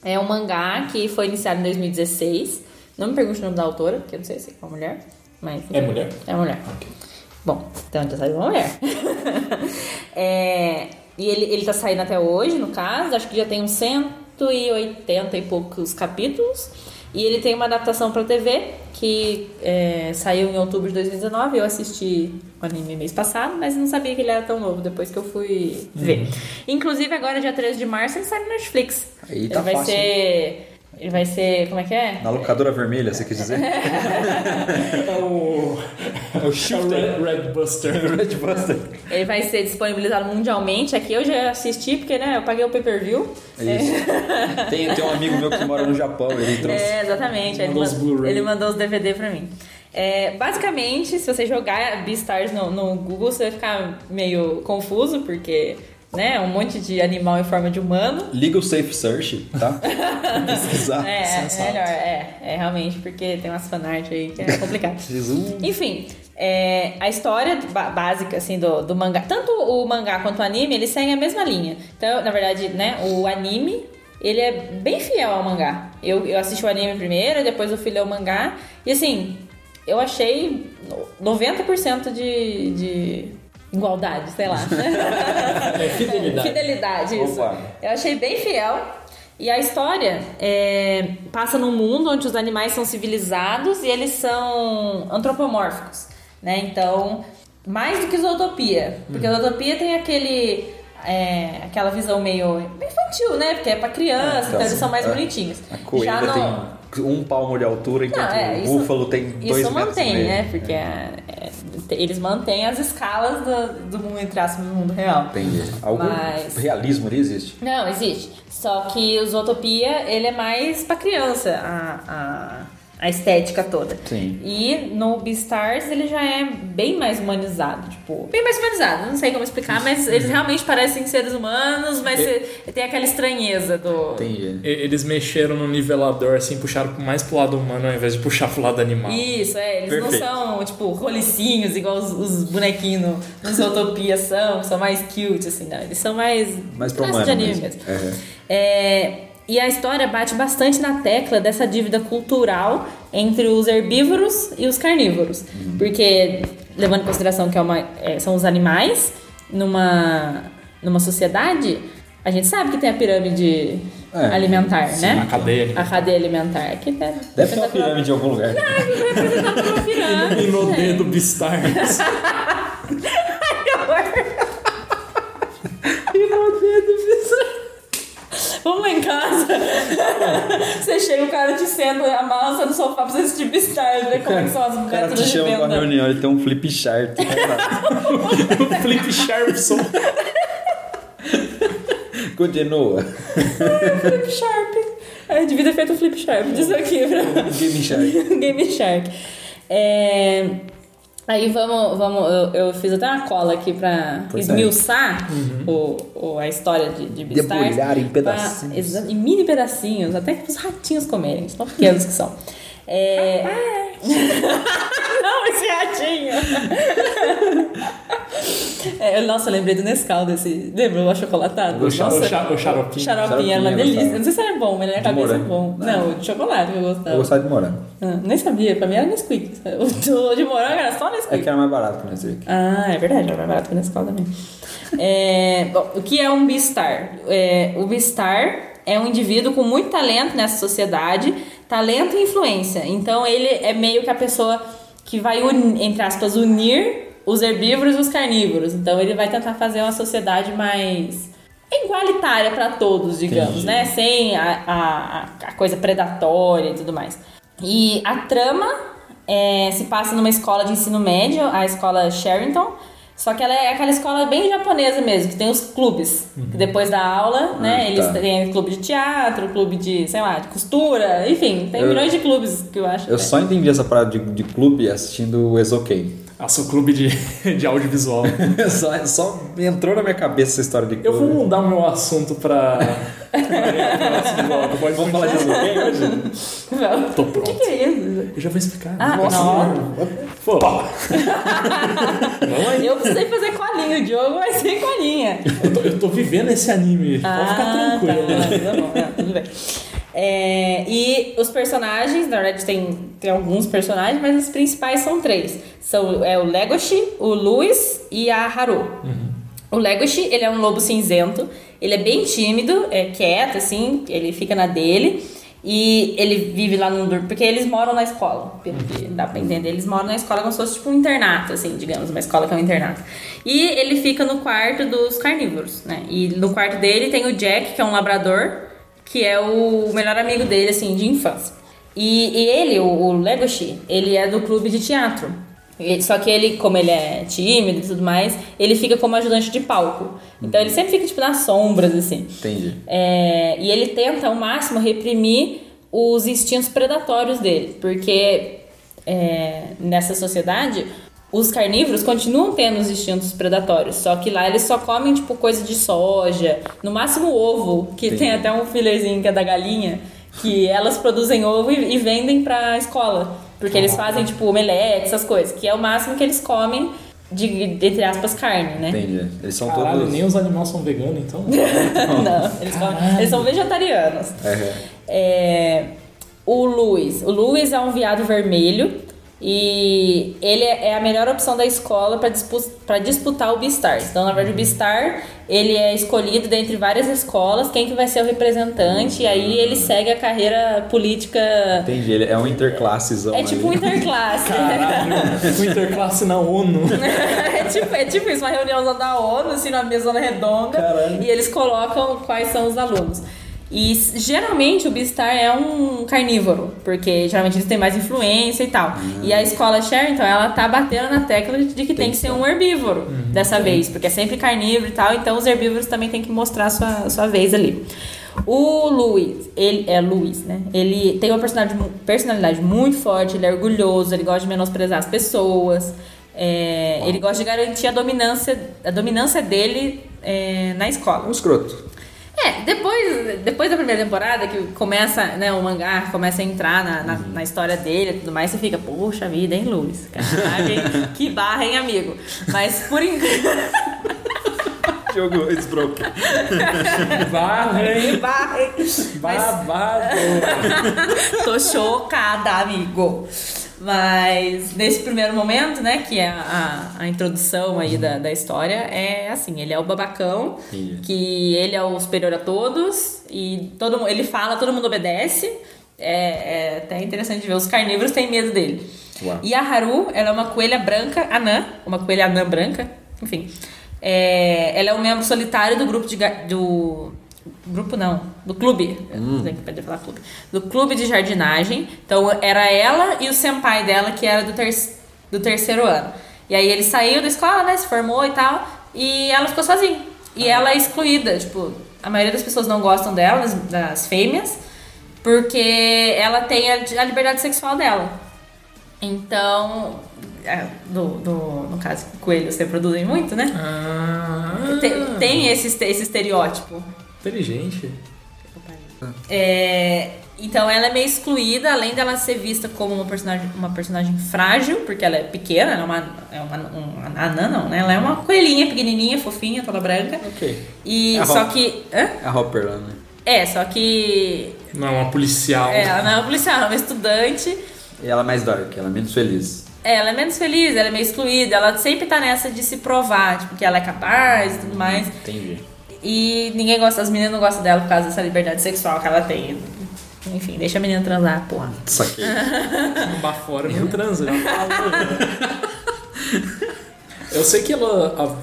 [SPEAKER 3] É um mangá que foi iniciado em 2016. Não me pergunte o nome da autora, porque eu não sei se é uma mulher. Mas,
[SPEAKER 2] É mulher?
[SPEAKER 3] É mulher. Bom, então já saiu uma mulher. É, e ele, ele tá saindo até hoje, no caso, acho que já tem uns 180 e poucos capítulos. E ele tem uma adaptação pra TV que é, saiu em outubro de 2019. Eu assisti o anime mês passado, mas não sabia que ele era tão novo depois que eu
[SPEAKER 1] Uhum.
[SPEAKER 3] fui ver. Inclusive, agora, dia 13 de março, ele sai no Netflix.
[SPEAKER 1] Aí
[SPEAKER 3] ele
[SPEAKER 1] tá
[SPEAKER 3] vai
[SPEAKER 1] fácil.
[SPEAKER 3] ser. Ele vai ser. Como é que é?
[SPEAKER 1] Na locadora vermelha, você quer dizer?
[SPEAKER 2] É o. É o Shifter. Red, Red Buster.
[SPEAKER 1] Red Buster.
[SPEAKER 3] Ele vai ser disponibilizado mundialmente. Aqui eu já assisti, porque né, eu paguei o pay-per-view.
[SPEAKER 1] É isso. Tem, tem um amigo meu que mora no Japão, ele trouxe.
[SPEAKER 3] É, exatamente. Ele
[SPEAKER 2] Mandou os
[SPEAKER 3] mandou,
[SPEAKER 2] Blu-ray.
[SPEAKER 3] ele mandou os DVD pra mim. É, basicamente, se você jogar Beastars no, no Google, você vai ficar meio confuso, porque né, é um monte de animal em forma de humano.
[SPEAKER 1] Liga o Safe Search, tá? Pra Pesquisar.
[SPEAKER 3] É,
[SPEAKER 2] Ah, sensato.
[SPEAKER 3] é melhor, é, é realmente, porque tem umas fanart aí que é complicado.
[SPEAKER 1] Jesus.
[SPEAKER 3] Enfim, é, a história ba- básica assim, do, do mangá, tanto o mangá quanto o anime, eles seguem a mesma linha. Então, na verdade, né, o anime, ele é bem fiel ao mangá. Eu, eu assisti o anime primeiro, depois eu fui ler o mangá. E assim, eu achei no- 90% de, de igualdade, sei lá.
[SPEAKER 2] É fidelidade.
[SPEAKER 3] Fidelidade, isso.
[SPEAKER 1] Opa.
[SPEAKER 3] Eu achei bem fiel. E a história é, passa num mundo onde os animais são civilizados e eles são antropomórficos, né? Então, mais do que zootopia. Porque
[SPEAKER 1] Uhum.
[SPEAKER 3] zootopia tem aquele... é, aquela visão meio infantil, né? Porque é pra criança, então, eles são mais
[SPEAKER 1] É.
[SPEAKER 3] bonitinhos.
[SPEAKER 1] A coelha
[SPEAKER 3] Já não-
[SPEAKER 1] tem um palmo de altura, enquanto
[SPEAKER 3] é,
[SPEAKER 1] o
[SPEAKER 3] isso-
[SPEAKER 1] búfalo tem dois
[SPEAKER 3] isso
[SPEAKER 1] metros e
[SPEAKER 3] mantém,
[SPEAKER 1] meio.
[SPEAKER 3] né? Porque é, é, eles mantêm as escalas do, do mundo, entre aspas, do mundo real.
[SPEAKER 1] Entendi. Algum
[SPEAKER 3] Mas-
[SPEAKER 1] realismo ali existe?
[SPEAKER 3] Não, existe. Só que o Zootopia, ele é mais pra criança, a, a, a estética toda.
[SPEAKER 1] Sim.
[SPEAKER 3] E no Beastars, ele já é bem mais humanizado, tipo... Bem mais humanizado, não sei como explicar, mas eles
[SPEAKER 1] Uhum.
[SPEAKER 3] realmente parecem seres humanos, mas
[SPEAKER 1] É.
[SPEAKER 3] você- tem aquela estranheza do...
[SPEAKER 1] Entendi.
[SPEAKER 2] E- Eles mexeram no nivelador, assim, puxaram mais pro lado humano ao invés de puxar pro lado animal.
[SPEAKER 3] Isso, é, eles
[SPEAKER 1] né? Perfeito.
[SPEAKER 3] não são, tipo, rolicinhos, igual os, os bonequinhos no, no Zootopia são, são mais cute, assim, não, eles são mais...
[SPEAKER 1] Mais pro
[SPEAKER 3] traço
[SPEAKER 1] humano
[SPEAKER 3] de anime
[SPEAKER 1] mesmo. Aham.
[SPEAKER 3] É, e a história bate bastante na tecla dessa dívida cultural entre os herbívoros e os carnívoros.
[SPEAKER 1] Uhum.
[SPEAKER 3] Porque, levando em consideração que é uma- é, são os animais, numa, numa sociedade, a gente sabe que tem a pirâmide
[SPEAKER 1] É,
[SPEAKER 3] alimentar, né?
[SPEAKER 2] a cadeia alimentar.
[SPEAKER 3] A cadeia alimentar. Que deve,
[SPEAKER 1] Deve ter uma
[SPEAKER 3] tá
[SPEAKER 1] pirâmide em algum lugar.
[SPEAKER 3] representada por uma pirâmide.
[SPEAKER 2] E no dedo Beastars.
[SPEAKER 3] Vamos lá em casa. você chega, o cara te senta a massa no sofá pra você assistir Beastars, ver como é que são as
[SPEAKER 1] O cara te
[SPEAKER 3] métodos de
[SPEAKER 1] chama pra
[SPEAKER 3] venda.
[SPEAKER 1] reunião, ele tem um flip chart.
[SPEAKER 2] o Flip Sharpson.
[SPEAKER 1] Continua.
[SPEAKER 3] Flip Sharp. Eu devia ter feito um Flip Sharp disso aqui pra
[SPEAKER 1] Game chart.
[SPEAKER 3] Game Shark. É, Aí vamos, vamos eu, eu fiz até uma cola aqui pra
[SPEAKER 1] Pois é.
[SPEAKER 3] esmiuçar o, o- a história de, de Beastars.
[SPEAKER 1] Debulhar em
[SPEAKER 3] Pra-
[SPEAKER 1] pedacinhos.
[SPEAKER 3] exa- em mini pedacinhos, até que os ratinhos comerem, de tão pequenos que são. É... Não, esse ratinho! É, eu- nossa, eu lembrei do Nescau desse. Lembra o achocolatado?
[SPEAKER 2] O, cha- o,
[SPEAKER 3] Nossa.
[SPEAKER 2] cha- o xaropinho.
[SPEAKER 3] Xaropinho era uma
[SPEAKER 1] Xaropinho,
[SPEAKER 3] delícia.
[SPEAKER 1] gostava.
[SPEAKER 3] Não sei se era bom, mas na minha
[SPEAKER 1] De
[SPEAKER 3] cabeça é
[SPEAKER 1] morango.
[SPEAKER 3] bom. Não, de chocolate que eu gostava.
[SPEAKER 1] Eu gostava de morar.
[SPEAKER 3] Ah, nem sabia, pra mim era Nesquik. O do- de morango era só
[SPEAKER 1] É
[SPEAKER 3] Nesquik.
[SPEAKER 1] que era mais barato que nós aqui.
[SPEAKER 3] Ah, é verdade, era barato que na escola também. É, bom, o que é um Beastar? É, o Beastar é um indivíduo com muito talento nessa sociedade, talento e influência. Então ele é meio que a pessoa que vai, un- entre aspas, unir os herbívoros e os carnívoros. Então ele vai tentar fazer uma sociedade mais igualitária para todos, digamos,
[SPEAKER 1] Entendi.
[SPEAKER 3] né? Sem a, a, a coisa predatória e tudo mais. E a trama é, se passa numa escola de ensino médio, a escola Sherrington. Só que ela é aquela escola bem japonesa mesmo, que tem os clubes. Que depois da aula, né?
[SPEAKER 1] Uhum. Ah,
[SPEAKER 3] eles
[SPEAKER 1] tá.
[SPEAKER 3] têm clube de teatro, clube de, sei lá, de costura, enfim, tem
[SPEAKER 1] Eu-
[SPEAKER 3] milhões de clubes que eu acho.
[SPEAKER 1] Eu
[SPEAKER 3] que é.
[SPEAKER 1] só entendi essa parada de, de clube assistindo o Exokei.
[SPEAKER 2] Ah, seu clube de, de audiovisual.
[SPEAKER 1] só, só entrou na minha cabeça essa história de clube.
[SPEAKER 2] Eu vou
[SPEAKER 3] um-
[SPEAKER 2] mudar o meu assunto pra. Pode
[SPEAKER 1] Vamos falar de Exokei hoje?
[SPEAKER 2] Tô
[SPEAKER 3] O que,
[SPEAKER 2] pronto.
[SPEAKER 3] que é isso?
[SPEAKER 2] Eu já vou explicar.
[SPEAKER 3] Ah,
[SPEAKER 2] Nossa,
[SPEAKER 3] não.
[SPEAKER 2] Pô. Não é
[SPEAKER 3] Eu precisei fazer colinha, o Diogo vai ser colinha.
[SPEAKER 2] Eu tô, eu tô vivendo esse anime. Pode
[SPEAKER 3] Ah,
[SPEAKER 2] ficar tranquilo.
[SPEAKER 3] Tá, tá bom, não, tudo bem. É, e os personagens, na verdade tem, tem alguns personagens, mas os principais são três. São é, o Legoshi, o Luis e a Haru.
[SPEAKER 2] Uhum.
[SPEAKER 3] O Legoshi, ele é um lobo cinzento, ele é bem tímido, é quieto, assim, ele fica na dele. E ele vive lá no dorm, porque eles moram na escola, pelo que dá pra entender. Eles moram na escola como se fosse tipo um internato, assim, digamos, uma escola que é um internato. E ele fica no quarto dos carnívoros, né? E no quarto dele tem o Jack, que é um labrador, que é o melhor amigo dele, assim, de infância. E, e ele, o, o Legoshi, ele é do clube de teatro. Ele- só que ele, como ele é tímido e tudo mais, ele fica como ajudante de palco. Então ele sempre fica, tipo, nas sombras, assim.
[SPEAKER 1] Entendi.
[SPEAKER 3] É, e ele tenta ao máximo reprimir os instintos predatórios dele, porque é, nessa sociedade os carnívoros continuam tendo os instintos predatórios, só que lá eles só comem tipo coisa de soja, no máximo ovo, que tem até um filezinho que é da galinha, que elas produzem ovo e, e vendem pra escola, porque eles fazem tipo omelete, essas coisas, que é o máximo que eles comem de, de entre aspas carne, né?
[SPEAKER 1] Entendi. Eles são
[SPEAKER 2] Caralho,
[SPEAKER 3] um-
[SPEAKER 1] todos.
[SPEAKER 2] nem os animais são veganos, então.
[SPEAKER 3] Não, eles, falam- eles são vegetarianos.
[SPEAKER 1] É,
[SPEAKER 3] É, o Luiz. O Luiz é um viado vermelho e ele é a melhor opção da escola para disputar o Beastars. Então, na verdade, o Beastar ele é escolhido dentre várias escolas quem que vai ser o representante e aí ele segue a carreira política.
[SPEAKER 1] entendi. Ele é um interclassezão.
[SPEAKER 3] É tipo um
[SPEAKER 1] ali.
[SPEAKER 3] interclasse.
[SPEAKER 2] Caralho, Interclasse na ONU.
[SPEAKER 3] é, tipo, é tipo isso, uma reunião da ONU, assim, numa mesa redonda, e eles colocam quais são os alunos. E s- geralmente o Beastar é um carnívoro, porque geralmente eles têm mais influência e tal. E a escola Sheraton, ela tá batendo na tecla de que tem, que ser um herbívoro dessa vez, porque é sempre carnívoro e tal, então os herbívoros também têm que mostrar a sua, sua vez ali. O Luiz, ele é Luiz, né? Ele tem uma personalidade, mu- personalidade muito forte, ele é orgulhoso, ele gosta de menosprezar as pessoas, é, ele gosta de garantir a dominância, a dominância dele é, na escola.
[SPEAKER 1] Um escroto.
[SPEAKER 3] É, depois, depois da primeira temporada, que começa, né, o mangá começa a entrar na, na, na história dele e tudo mais, você fica, poxa vida, hein, Luiz? Caralho, hein? que barra, hein, amigo? Mas por enquanto.
[SPEAKER 1] Jogo esbroque.
[SPEAKER 2] Varrem.
[SPEAKER 3] barra, hein? Mas
[SPEAKER 2] Babado.
[SPEAKER 3] Tô chocada, amigo. Mas nesse primeiro momento, né, que é a, a introdução aí da, da história, é assim, ele é o babacão,
[SPEAKER 1] Entendi.
[SPEAKER 3] que ele é o superior a todos, e todo mu- ele fala, todo mundo obedece. É, é até interessante ver, os carnívoros têm medo dele.
[SPEAKER 1] Uau.
[SPEAKER 3] E a Haru, ela é uma coelha branca, anã, uma coelha anã branca, enfim. É, ela é um membro solitário do grupo de. ga- Do, grupo não, do clube. Não sei que pode falar clube. Do clube de jardinagem. Então era ela e o senpai dela, que era do, ter, do terceiro ano. E aí ele saiu da escola, né? Se formou e tal. E ela ficou sozinha. E ela é excluída, tipo, a maioria das pessoas não gostam dela, das, das fêmeas, porque ela tem a- a liberdade sexual dela. Então, é, do, do- no caso, coelhos reproduzem muito, né?
[SPEAKER 2] Ah,
[SPEAKER 3] Tem, tem esse, este- esse estereótipo.
[SPEAKER 2] Inteligente.
[SPEAKER 3] É, então ela é meio excluída, além dela ser vista como uma personagem, uma personagem frágil, porque ela é pequena, ela é uma, é uma, um- anã não, né? Ela é uma coelhinha pequenininha, fofinha, toda branca.
[SPEAKER 1] Ok.
[SPEAKER 3] E
[SPEAKER 1] É
[SPEAKER 3] só
[SPEAKER 1] ro-
[SPEAKER 3] que... hã?
[SPEAKER 1] É a Hopper lá, né?
[SPEAKER 3] É, só que...
[SPEAKER 2] Não, uma policial.
[SPEAKER 3] É, ela não é uma policial, ela é uma estudante.
[SPEAKER 1] E ela é mais dark, ela é menos feliz.
[SPEAKER 3] É, ela é menos feliz, ela é meio excluída, ela sempre tá nessa de se provar, tipo, que ela é capaz e tudo mais.
[SPEAKER 1] Entendi.
[SPEAKER 3] E ninguém gosta, as meninas não gostam dela por causa dessa liberdade sexual que ela tem. Enfim, deixa a menina transar, porra.
[SPEAKER 1] Saquei.
[SPEAKER 2] Lá fora não transa. já falo. Eu sei que ela.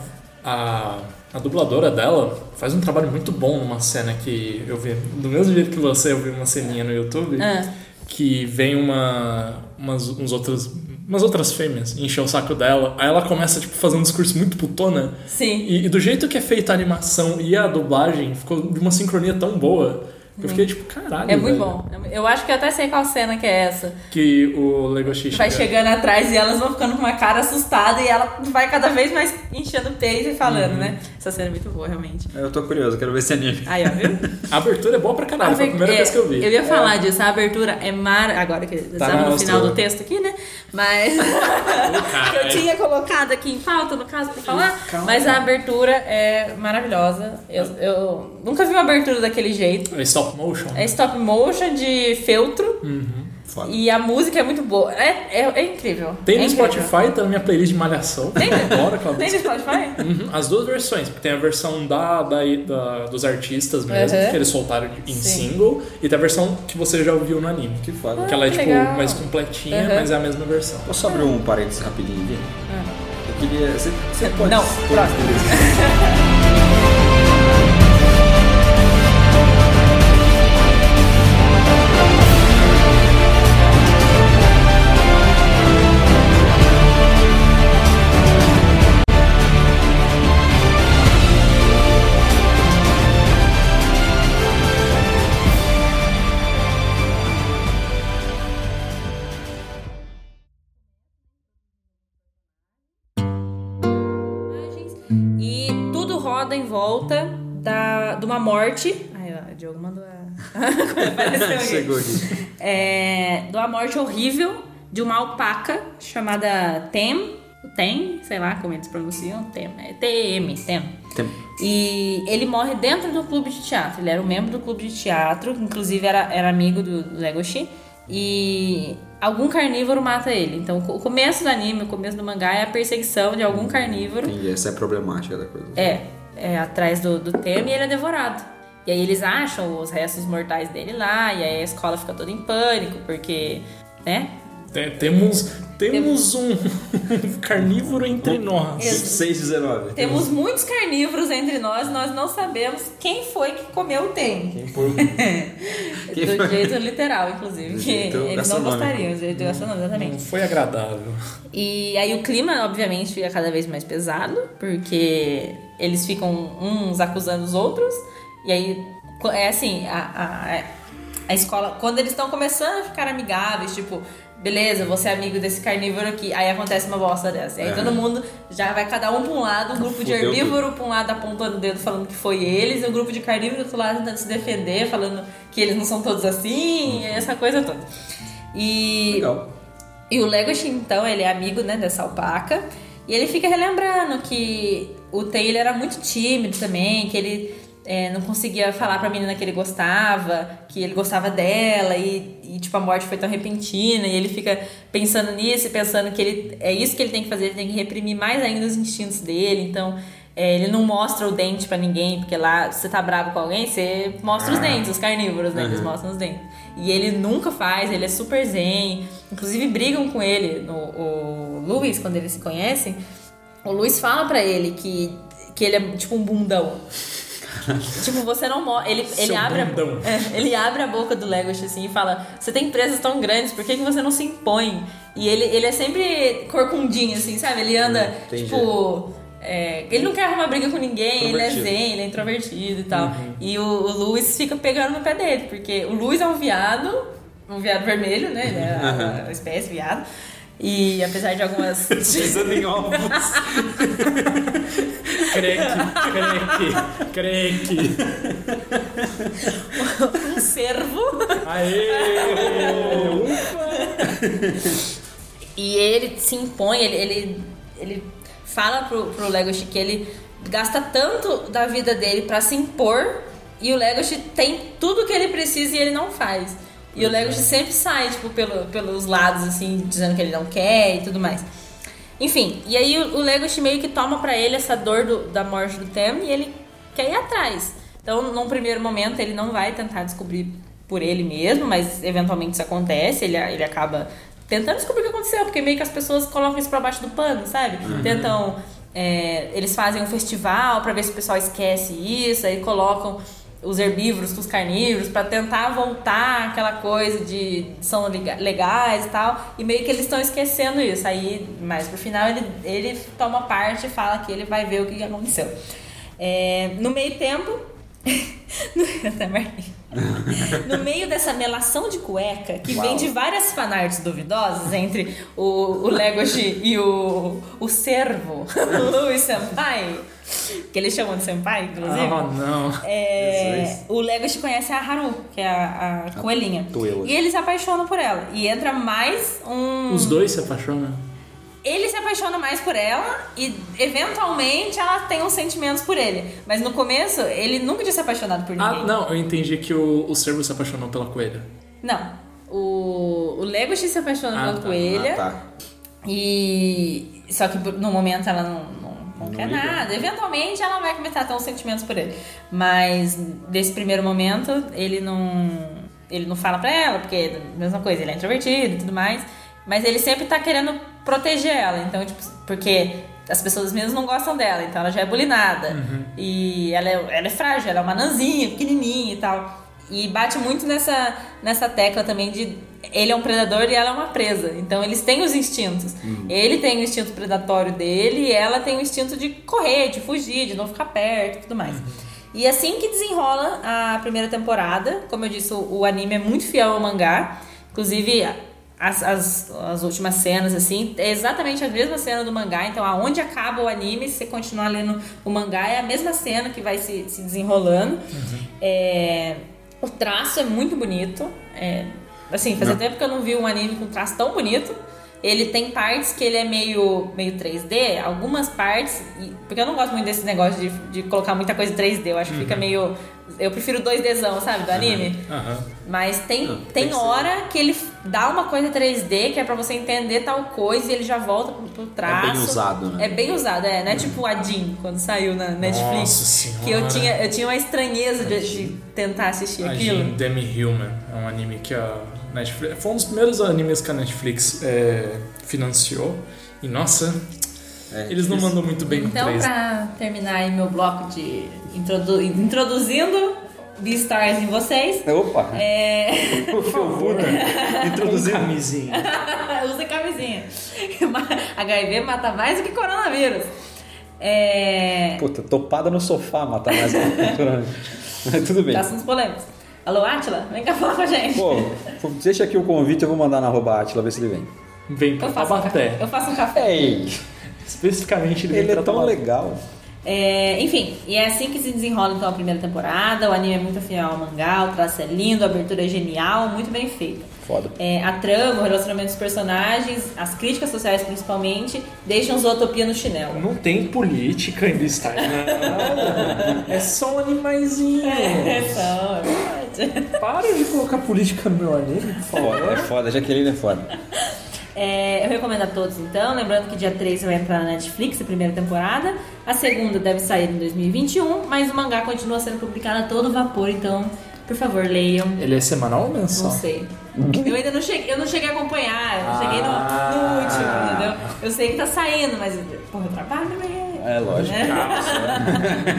[SPEAKER 2] A, a, a dubladora dela faz um trabalho muito bom numa cena que eu vi. Do mesmo jeito que você, eu vi uma ceninha no YouTube.
[SPEAKER 3] Ah.
[SPEAKER 2] Que vem uma. Umas, uns outros. umas outras fêmeas, encher o saco dela. Aí ela começa, tipo, fazendo um discurso muito putona.
[SPEAKER 3] Sim.
[SPEAKER 2] E, e do jeito que é feita a animação e a dublagem, ficou de uma sincronia tão boa. que Eu fiquei tipo, caralho.
[SPEAKER 3] É muito
[SPEAKER 2] velho.
[SPEAKER 3] bom. Eu acho que eu até sei qual cena que é essa.
[SPEAKER 2] Que o Legoshi
[SPEAKER 3] Vai
[SPEAKER 2] chega-
[SPEAKER 3] chegando atrás e elas vão ficando com uma cara assustada e ela vai cada vez mais enchendo o peito e falando,
[SPEAKER 2] Uhum.
[SPEAKER 3] né? Essa cena é muito boa, realmente.
[SPEAKER 1] Eu tô curioso, quero ver esse anime.
[SPEAKER 3] Aí, ó, viu?
[SPEAKER 2] A abertura é boa pra caralho, foi a primeira
[SPEAKER 3] É,
[SPEAKER 2] vez que eu vi.
[SPEAKER 3] ia falar disso, a abertura é mar... Agora que eu
[SPEAKER 2] Tá
[SPEAKER 3] estava
[SPEAKER 2] na
[SPEAKER 3] no final
[SPEAKER 2] nossa-
[SPEAKER 3] do texto aqui, né? Mas... que
[SPEAKER 2] é.
[SPEAKER 3] eu tinha colocado aqui em pauta, no caso, pra falar. Mas a abertura é maravilhosa. Eu, eu nunca vi uma abertura daquele jeito.
[SPEAKER 2] É stop motion.
[SPEAKER 3] É stop motion de feltro
[SPEAKER 2] Uhum,
[SPEAKER 1] Foda.
[SPEAKER 3] e a música é muito boa. É, é, é incrível.
[SPEAKER 2] Tem
[SPEAKER 3] é
[SPEAKER 2] no
[SPEAKER 3] incrível.
[SPEAKER 2] Spotify, tá na minha playlist de malhação.
[SPEAKER 3] Tem? né?
[SPEAKER 2] Adoro aquela
[SPEAKER 3] Tem
[SPEAKER 2] música.
[SPEAKER 3] no Spotify?
[SPEAKER 2] Uhum, As duas versões, porque tem a versão da, da, da- dos artistas mesmo,
[SPEAKER 3] Uhum.
[SPEAKER 2] que eles soltaram de- em
[SPEAKER 3] Sim. Ah,
[SPEAKER 2] single, e tem a versão que você já ouviu no anime.
[SPEAKER 1] Que foda.
[SPEAKER 2] que ela é
[SPEAKER 3] que
[SPEAKER 2] tipo
[SPEAKER 3] legal.
[SPEAKER 2] mais completinha,
[SPEAKER 3] Uhum.
[SPEAKER 2] mas é a mesma versão.
[SPEAKER 1] Posso abrir um parênteses rapidinho aqui? Eu queria. Você, você pode.
[SPEAKER 3] Ah. Não,
[SPEAKER 1] pode-
[SPEAKER 3] próximo. personagens, e tudo roda em volta da, de uma morte. Ai, ó, o Diogo mandou a. Apareceu aqui.
[SPEAKER 1] Chegou aqui.
[SPEAKER 3] É, de uma morte horrível de uma alpaca chamada Tem. Tem, sei lá como eles pronunciam. Tem. É TM, Tem.
[SPEAKER 1] Tem-
[SPEAKER 3] E ele morre dentro do clube de teatro. Ele era um membro do clube de teatro, inclusive era, era amigo do do Legoshi. E algum carnívoro mata ele. Então, o começo do anime, o começo do mangá é a perseguição de algum carnívoro.
[SPEAKER 1] Entendi, essa é a problemática da coisa.
[SPEAKER 3] É, é atrás do, do tema e ele é devorado. E aí eles acham os restos mortais dele lá, e aí a escola fica toda em pânico, porque, né?
[SPEAKER 2] Tem- temos temos um carnívoro entre nós.
[SPEAKER 3] Ex-
[SPEAKER 1] 619.
[SPEAKER 3] Temos muitos carnívoros entre nós, nós não sabemos quem foi que comeu o Tem.
[SPEAKER 1] Quem foi o- Quem
[SPEAKER 3] do
[SPEAKER 1] foi?
[SPEAKER 3] jeito literal, inclusive.
[SPEAKER 1] Do
[SPEAKER 3] que
[SPEAKER 1] jeito
[SPEAKER 3] eles não
[SPEAKER 1] gastronômico.
[SPEAKER 3] gostariam, do jeito gastronômico,
[SPEAKER 2] Não
[SPEAKER 3] exatamente.
[SPEAKER 2] foi agradável.
[SPEAKER 3] E aí o clima, obviamente, fica cada vez mais pesado, porque eles ficam uns acusando os outros. E aí, co- é assim, a, a, a escola, quando eles estão começando a ficar amigáveis, tipo, beleza, você é amigo desse carnívoro aqui, aí acontece uma bosta dessa. E aí
[SPEAKER 1] É. Tá
[SPEAKER 3] todo mundo já vai cada um pra um lado, um grupo de
[SPEAKER 1] Fudeu
[SPEAKER 3] herbívoro pra um lado apontando o dedo falando que foi eles, e um grupo de carnívoro do outro lado tentando se defender, falando que eles não são todos assim, e essa coisa toda. E
[SPEAKER 1] Uhum. Legal.
[SPEAKER 3] e o Legoshi, então, ele é amigo né, dessa alpaca. E ele fica relembrando que o Taylor era muito tímido também, que ele é, não conseguia falar pra menina que ele gostava, que ele gostava dela, e, e, tipo, a morte foi tão repentina, e ele fica pensando nisso e pensando que ele é isso que ele tem que fazer, ele tem que reprimir mais ainda os instintos dele, então é, ele não mostra o dente pra ninguém, porque lá se você tá bravo com alguém, você mostra os dentes, os carnívoros, né? Eles mostram os dentes. E ele nunca faz, ele é super zen. Inclusive brigam com ele, no, o Luiz, quando eles se conhecem. O Luiz fala pra ele que, que ele é tipo um bundão. tipo, você não mostra. Ele, ele,
[SPEAKER 2] Seu
[SPEAKER 3] abre a,
[SPEAKER 2] bundão.
[SPEAKER 3] é, ele abre a boca do Legoshi assim e fala: Você tem empresas tão grandes, por que, que você não se impõe? E ele, ele é sempre corcundinho, assim, sabe? Ele anda,
[SPEAKER 1] Entendi.
[SPEAKER 3] tipo, é, ele não quer arrumar briga com ninguém, ele é
[SPEAKER 1] Introvertido.
[SPEAKER 3] zen, ele é introvertido e tal. E o, o Luiz fica pegando no pé dele, porque o Luiz é um viado, um viado vermelho, né? Ele é a, a espécie viado. E apesar de algumas.
[SPEAKER 1] Pensando em ovos.
[SPEAKER 2] Creque, creque, creque.
[SPEAKER 3] um servo.
[SPEAKER 2] Aê!
[SPEAKER 3] E ele se impõe, ele, ele, ele fala pro, pro Legoshi que ele gasta tanto da vida dele pra se impor e o Legoshi tem tudo que ele precisa e ele não faz. E o Legoshi sempre sai, tipo, pelo, pelos lados, assim, dizendo que ele não quer e tudo mais. Enfim, e aí o, o Legoshi meio que toma pra ele essa dor do- da morte do Tem e ele quer ir atrás. Então, num primeiro momento, ele não vai tentar descobrir por ele mesmo, mas eventualmente isso acontece, ele, ele acaba tentando descobrir o que aconteceu, porque meio que as pessoas colocam isso pra baixo do pano, sabe? Tentam. é, eles fazem um festival pra ver se o pessoal esquece isso, aí colocam os herbívoros com os carnívoros para tentar voltar aquela coisa de são liga- legais e tal. E meio que eles estão esquecendo isso. Aí, mais pro final, ele, ele toma parte e fala que ele vai ver o que que aconteceu. É, no meio tempo. Até marquei. No meio dessa melação de cueca, que
[SPEAKER 1] Uau.
[SPEAKER 3] vem de várias fanarts duvidosas entre o, o Legoshi e o, o servo, o Louis Senpai, que eles chamam de Senpai, inclusive.
[SPEAKER 2] Ah, não.
[SPEAKER 3] É, o Legoshi conhece a Haru, que é a, a coelhinha.
[SPEAKER 1] coelha.
[SPEAKER 3] E ele se apaixona por ela. E entra mais um.
[SPEAKER 2] Os dois se apaixonam.
[SPEAKER 3] Ele se apaixona mais por ela e eventualmente ela tem uns sentimentos por ele. Mas no começo, ele nunca tinha se apaixonado por ninguém.
[SPEAKER 2] Ah, não, eu entendi que o, o servo se apaixonou pela coelha.
[SPEAKER 3] Não. O, o Legoshi se apaixona
[SPEAKER 2] Ah,
[SPEAKER 3] pela
[SPEAKER 2] tá.
[SPEAKER 3] coelha.
[SPEAKER 1] Ah, tá.
[SPEAKER 3] E. Só que no momento ela não, não, não
[SPEAKER 1] Não
[SPEAKER 3] quer
[SPEAKER 1] liga.
[SPEAKER 3] nada. Eventualmente ela vai começar a ter uns sentimentos por ele. Mas nesse primeiro momento ele não. Ele não fala pra ela, porque é a mesma coisa, ele é introvertido e tudo mais. Mas ele sempre tá querendo proteger ela. Então, tipo, porque as pessoas mesmo não gostam dela, então ela já é bulinada. E ela é, ela é frágil, ela é uma nanzinha, pequenininha e tal. E bate muito nessa, nessa tecla também de ele é um predador e ela é uma presa. Então eles têm os instintos. Ele tem o instinto predatório dele e ela tem o instinto de correr, de fugir, de não ficar perto e tudo mais. E assim que desenrola a primeira temporada, como eu disse, o, o anime é muito fiel ao mangá. Inclusive, as, as, as últimas cenas, assim, é exatamente a mesma cena do mangá. Então, aonde acaba o anime, se você continuar lendo o mangá, é a mesma cena que vai se, se desenrolando. É, o traço é muito bonito. É, assim, fazia tempo que eu não vi um anime com traço tão bonito. Ele tem partes que ele é meio, meio 3D, algumas partes. e- porque eu não gosto muito desse negócio de, de colocar muita coisa em 3D, eu acho que fica meio. Eu prefiro 2Dzão, sabe, do anime.
[SPEAKER 2] Aham.
[SPEAKER 3] Mas tem,
[SPEAKER 1] Não, tem
[SPEAKER 3] tem,
[SPEAKER 1] que ser.
[SPEAKER 3] hora que ele dá uma coisa 3D que é pra você entender tal coisa e ele já volta pro, pro traço.
[SPEAKER 1] É bem usado, né?
[SPEAKER 3] É bem usado, é. Não é tipo a Jean, quando saiu na Netflix.
[SPEAKER 2] Nossa Senhora.
[SPEAKER 3] que eu tinha, eu tinha uma estranheza de, de tentar assistir
[SPEAKER 2] A
[SPEAKER 3] aquilo.
[SPEAKER 2] Jin Demi Human é um anime que a Netflix. Foi um dos primeiros animes que a Netflix é, financiou. E nossa,
[SPEAKER 1] É,
[SPEAKER 2] eles não
[SPEAKER 1] isso.
[SPEAKER 2] mandam muito bem com
[SPEAKER 3] Então,
[SPEAKER 2] três.
[SPEAKER 3] pra terminar aí meu bloco de introdu introduzindo Beastars em vocês.
[SPEAKER 1] Opa!
[SPEAKER 3] É...
[SPEAKER 2] Introduzir camisinha.
[SPEAKER 3] Usa camisinha. HIV mata mais do que coronavírus. É...
[SPEAKER 1] Puta, topada no sofá matar mais uma né? Mas tudo bem.
[SPEAKER 3] Tá assuntos polêmicos. Alô, Atila, vem cá falar com a gente.
[SPEAKER 1] Pô, deixa aqui o convite, eu vou mandar na arroba Atila ver se ele vem.
[SPEAKER 2] Vem pra
[SPEAKER 3] eu, faço um café,
[SPEAKER 2] Tabaté.
[SPEAKER 3] eu faço um café.
[SPEAKER 1] Ei!
[SPEAKER 2] Especificamente ele, vem
[SPEAKER 1] É Ele é
[SPEAKER 2] pra
[SPEAKER 1] tão
[SPEAKER 2] Taubaté.
[SPEAKER 1] legal.
[SPEAKER 3] É, enfim, e é assim que se desenrola então a primeira temporada. O anime é muito fiel ao mangá, o traço é lindo, a abertura é genial, muito bem feita.
[SPEAKER 1] Foda.
[SPEAKER 3] É, a trama, o relacionamento dos personagens, as críticas sociais principalmente, deixam Zootopia no chinelo.
[SPEAKER 2] Não tem política em Beastars, né? É só um animaizinho.
[SPEAKER 3] Então, é verdade.
[SPEAKER 2] Para de colocar política no meu anime, por favor.
[SPEAKER 1] Foda, é foda, Jaqueline é foda.
[SPEAKER 3] É, eu recomendo a todos então, lembrando que dia 3 vai entrar na Netflix a primeira temporada, a segunda deve sair em 2021, mas o mangá continua sendo publicado a todo vapor, então por favor leiam.
[SPEAKER 2] Ele é semanal ou mensal?
[SPEAKER 3] Não sei. Eu ainda não cheguei, eu não cheguei a acompanhar, eu não
[SPEAKER 2] Ah.
[SPEAKER 3] cheguei no, no último, entendeu? Eu sei que tá saindo, mas porra, eu trabalho, né?
[SPEAKER 1] É lógico.
[SPEAKER 2] Ah,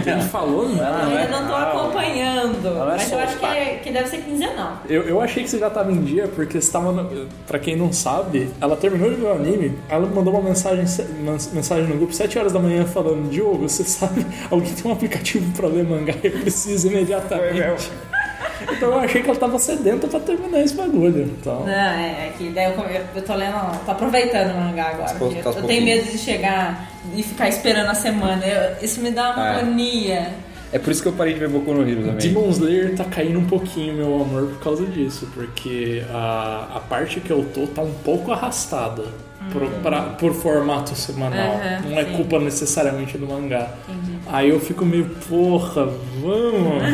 [SPEAKER 2] Ele falou
[SPEAKER 3] Eu
[SPEAKER 2] nada.
[SPEAKER 3] ainda não tô acompanhando.
[SPEAKER 2] Ela Ah, é
[SPEAKER 3] Mas eu
[SPEAKER 2] só
[SPEAKER 3] acho que, é- que deve ser quinzenal.
[SPEAKER 2] Eu, eu achei que você já tava em dia, porque você tava. No, pra quem não sabe, ela terminou de ver o anime, ela mandou uma mensagem, se- mens- mensagem no grupo 7 horas da manhã falando: Diogo, você sabe, alguém tem um aplicativo pra ler mangá, eu preciso imediatamente. Então eu achei que ela tava sedenta pra terminar esse bagulho. Então.
[SPEAKER 3] Não, é, é que daí eu, come- eu, eu tô lendo, ó, tô aproveitando o mangá agora.
[SPEAKER 1] poucos,
[SPEAKER 3] porque
[SPEAKER 1] aos
[SPEAKER 3] eu tenho
[SPEAKER 1] pouquinhos.
[SPEAKER 3] medo de chegar e ficar esperando a semana. Eu- isso me dá uma
[SPEAKER 1] Ah, é.
[SPEAKER 3] agonia.
[SPEAKER 1] É por isso que eu parei de ver Boku no Hero também.
[SPEAKER 2] Demon Slayer tá caindo um pouquinho, meu amor, por causa disso, porque a, a parte que eu tô tá um pouco arrastada pro, pra- por formato
[SPEAKER 3] Uhum.
[SPEAKER 2] semanal.
[SPEAKER 3] Aham,
[SPEAKER 2] não é
[SPEAKER 3] sim.
[SPEAKER 2] culpa necessariamente do mangá.
[SPEAKER 3] Entendi.
[SPEAKER 2] Aí eu fico meio, porra, vamos!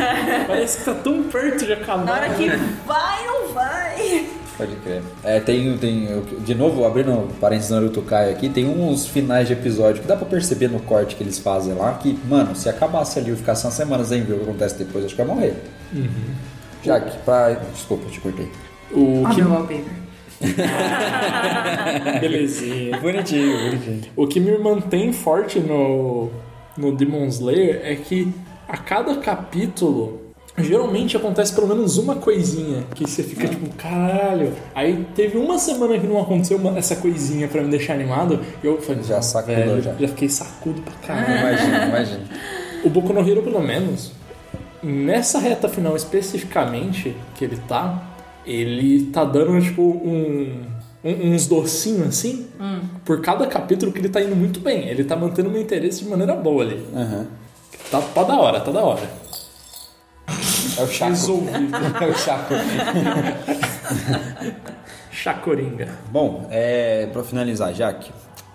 [SPEAKER 2] Parece que tá tão perto de acabar.
[SPEAKER 3] Na hora que vai, não vai.
[SPEAKER 1] Pode crer. É, tem, tem. eu- De novo, abrindo um parênteses no Naruto Kai aqui, tem uns finais de episódio que dá pra perceber no corte que eles fazem lá que, mano, se acabasse ali e ficasse umas semanas sem ver o que acontece depois, acho que vai morrer. Já que, pra. Desculpa, te cortei.
[SPEAKER 2] O
[SPEAKER 3] Ó,
[SPEAKER 2] que...
[SPEAKER 3] meu wallpaper.
[SPEAKER 2] Belezinha.
[SPEAKER 1] Bonitinho, bonitinho.
[SPEAKER 2] O que me mantém forte no, no Demon Slayer é que a cada capítulo geralmente acontece pelo menos uma coisinha que você
[SPEAKER 1] Hum.
[SPEAKER 2] fica tipo, caralho. Aí teve uma semana que não aconteceu uma- essa coisinha pra me deixar animado. E eu falei,
[SPEAKER 1] Já
[SPEAKER 2] "Não,
[SPEAKER 1] sacudou,
[SPEAKER 2] velho,
[SPEAKER 1] já."
[SPEAKER 2] Já fiquei sacudo pra caralho.
[SPEAKER 1] Imagina, imagina.
[SPEAKER 2] O Boku no Hero, pelo menos, nessa reta final especificamente que ele tá, ele tá dando, tipo, um, um- uns docinhos assim, por cada capítulo que ele tá indo muito bem. Ele tá mantendo meu interesse de maneira boa ali.
[SPEAKER 1] Aham.
[SPEAKER 2] Tá, tá da hora, tá da hora.
[SPEAKER 1] É o Chaco.
[SPEAKER 2] Resolvido.
[SPEAKER 1] É o Chaco.
[SPEAKER 2] Chacoringa.
[SPEAKER 1] Bom, é, pra finalizar, Jaque,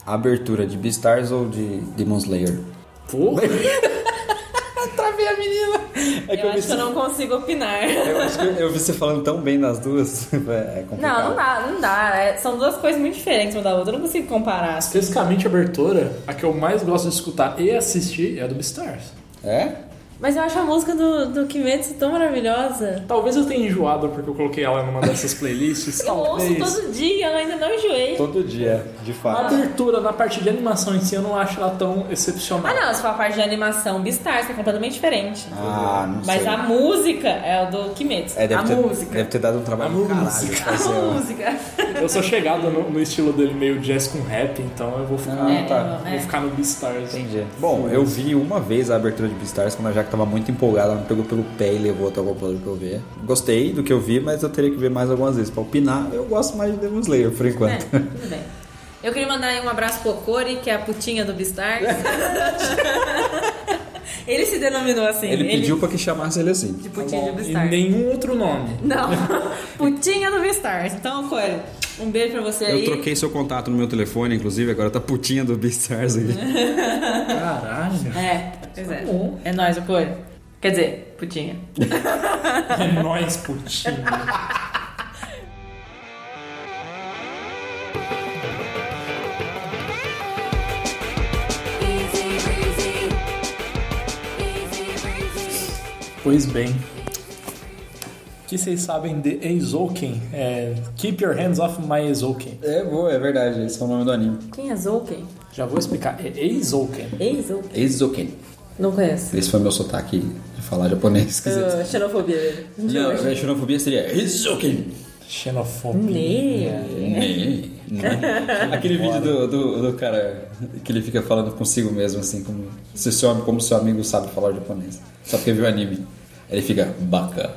[SPEAKER 1] abertura de Beastars ou de Demon Slayer?
[SPEAKER 2] Porra.
[SPEAKER 1] Travei a menina! É que
[SPEAKER 3] Eu
[SPEAKER 1] eu,
[SPEAKER 3] acho que eu não consigo opinar.
[SPEAKER 1] eu acho que eu- eu vi você falando tão bem das duas. É complicado.
[SPEAKER 3] Não, não dá, não dá. É, São duas coisas muito diferentes uma da outra. Eu não consigo comparar.
[SPEAKER 2] Especificamente a abertura, a que eu mais gosto de escutar e assistir é a do Beastars.
[SPEAKER 1] É?
[SPEAKER 3] Mas eu acho a música do, do Kimetsu tão maravilhosa.
[SPEAKER 2] Talvez eu tenha enjoado porque eu coloquei ela numa dessas playlists.
[SPEAKER 3] Eu ouço
[SPEAKER 1] é
[SPEAKER 2] talvez.
[SPEAKER 3] todo dia e eu ainda não enjoei.
[SPEAKER 1] Todo dia, de
[SPEAKER 2] A
[SPEAKER 1] fato.
[SPEAKER 2] abertura na parte de animação em si eu não acho ela tão excepcional.
[SPEAKER 3] Ah, não, se for a parte de animação, Beastars que é completamente diferente.
[SPEAKER 1] Ah, não
[SPEAKER 3] Mas
[SPEAKER 1] sei.
[SPEAKER 3] a música é o do Kimetsu.
[SPEAKER 1] É, deve
[SPEAKER 3] a
[SPEAKER 1] ter,
[SPEAKER 3] música.
[SPEAKER 1] Deve ter dado um trabalho
[SPEAKER 2] A
[SPEAKER 1] do caralho.
[SPEAKER 2] música.
[SPEAKER 3] A
[SPEAKER 1] fazer um uma-
[SPEAKER 3] música.
[SPEAKER 2] Ah,
[SPEAKER 3] É,
[SPEAKER 2] Eu sou chegado no, no estilo dele meio jazz com rap, então eu vou ficar,
[SPEAKER 1] Ah, tá.
[SPEAKER 3] eu-
[SPEAKER 2] vou ficar no Beastars.
[SPEAKER 1] Entendi. Bom, eu vi uma vez a abertura de Beastars quando a Jaque tava muito empolgada, ela me pegou pelo pé e levou até o computador pra eu ver. Gostei do que eu vi, mas eu teria que ver mais algumas vezes. Pra opinar, eu gosto mais de Demon Slayer por
[SPEAKER 3] É,
[SPEAKER 1] enquanto.
[SPEAKER 3] tudo bem. Eu queria mandar aí um abraço pro Okori, que é a putinha do Beastars. ele se denominou assim.
[SPEAKER 1] Ele pediu pra que chamasse ele assim.
[SPEAKER 3] de putinha do
[SPEAKER 2] E
[SPEAKER 3] Beastars.
[SPEAKER 2] nenhum outro nome.
[SPEAKER 3] Não, putinha do Beastars. Então, Okori, um beijo pra você aí.
[SPEAKER 1] Eu troquei seu contato no meu telefone, inclusive, agora tá putinha do Beastars aqui.
[SPEAKER 2] Caralho.
[SPEAKER 3] É, pois é. É nóis, Okori. Quer dizer, putinha.
[SPEAKER 2] É nóis, putinho.
[SPEAKER 4] 「
[SPEAKER 2] Pois bem. O que vocês sabem de Eizouken? É, Keep your hands off my Eizouken.
[SPEAKER 1] É, boa, é verdade. Esse é o nome do anime.
[SPEAKER 3] Quem é Zouken?
[SPEAKER 2] Já vou explicar. É Eizouken.
[SPEAKER 3] Ei, Zouken.
[SPEAKER 1] Eizoken.
[SPEAKER 3] Não conheço.
[SPEAKER 1] Esse foi meu sotaque de falar japonês. Quer dizer.
[SPEAKER 3] Ah, xenofobia dele. De
[SPEAKER 1] Não, é-
[SPEAKER 3] hoje.
[SPEAKER 1] a xenofobia seria Eizoken.
[SPEAKER 2] Xenofobia.
[SPEAKER 3] Né?
[SPEAKER 1] Né? Né? Aquele vídeo do, do, do cara que ele fica falando consigo mesmo, assim, como se seu, am- como seu amigo sabe falar japonês. Só porque viu anime. Aí Ele fica baka.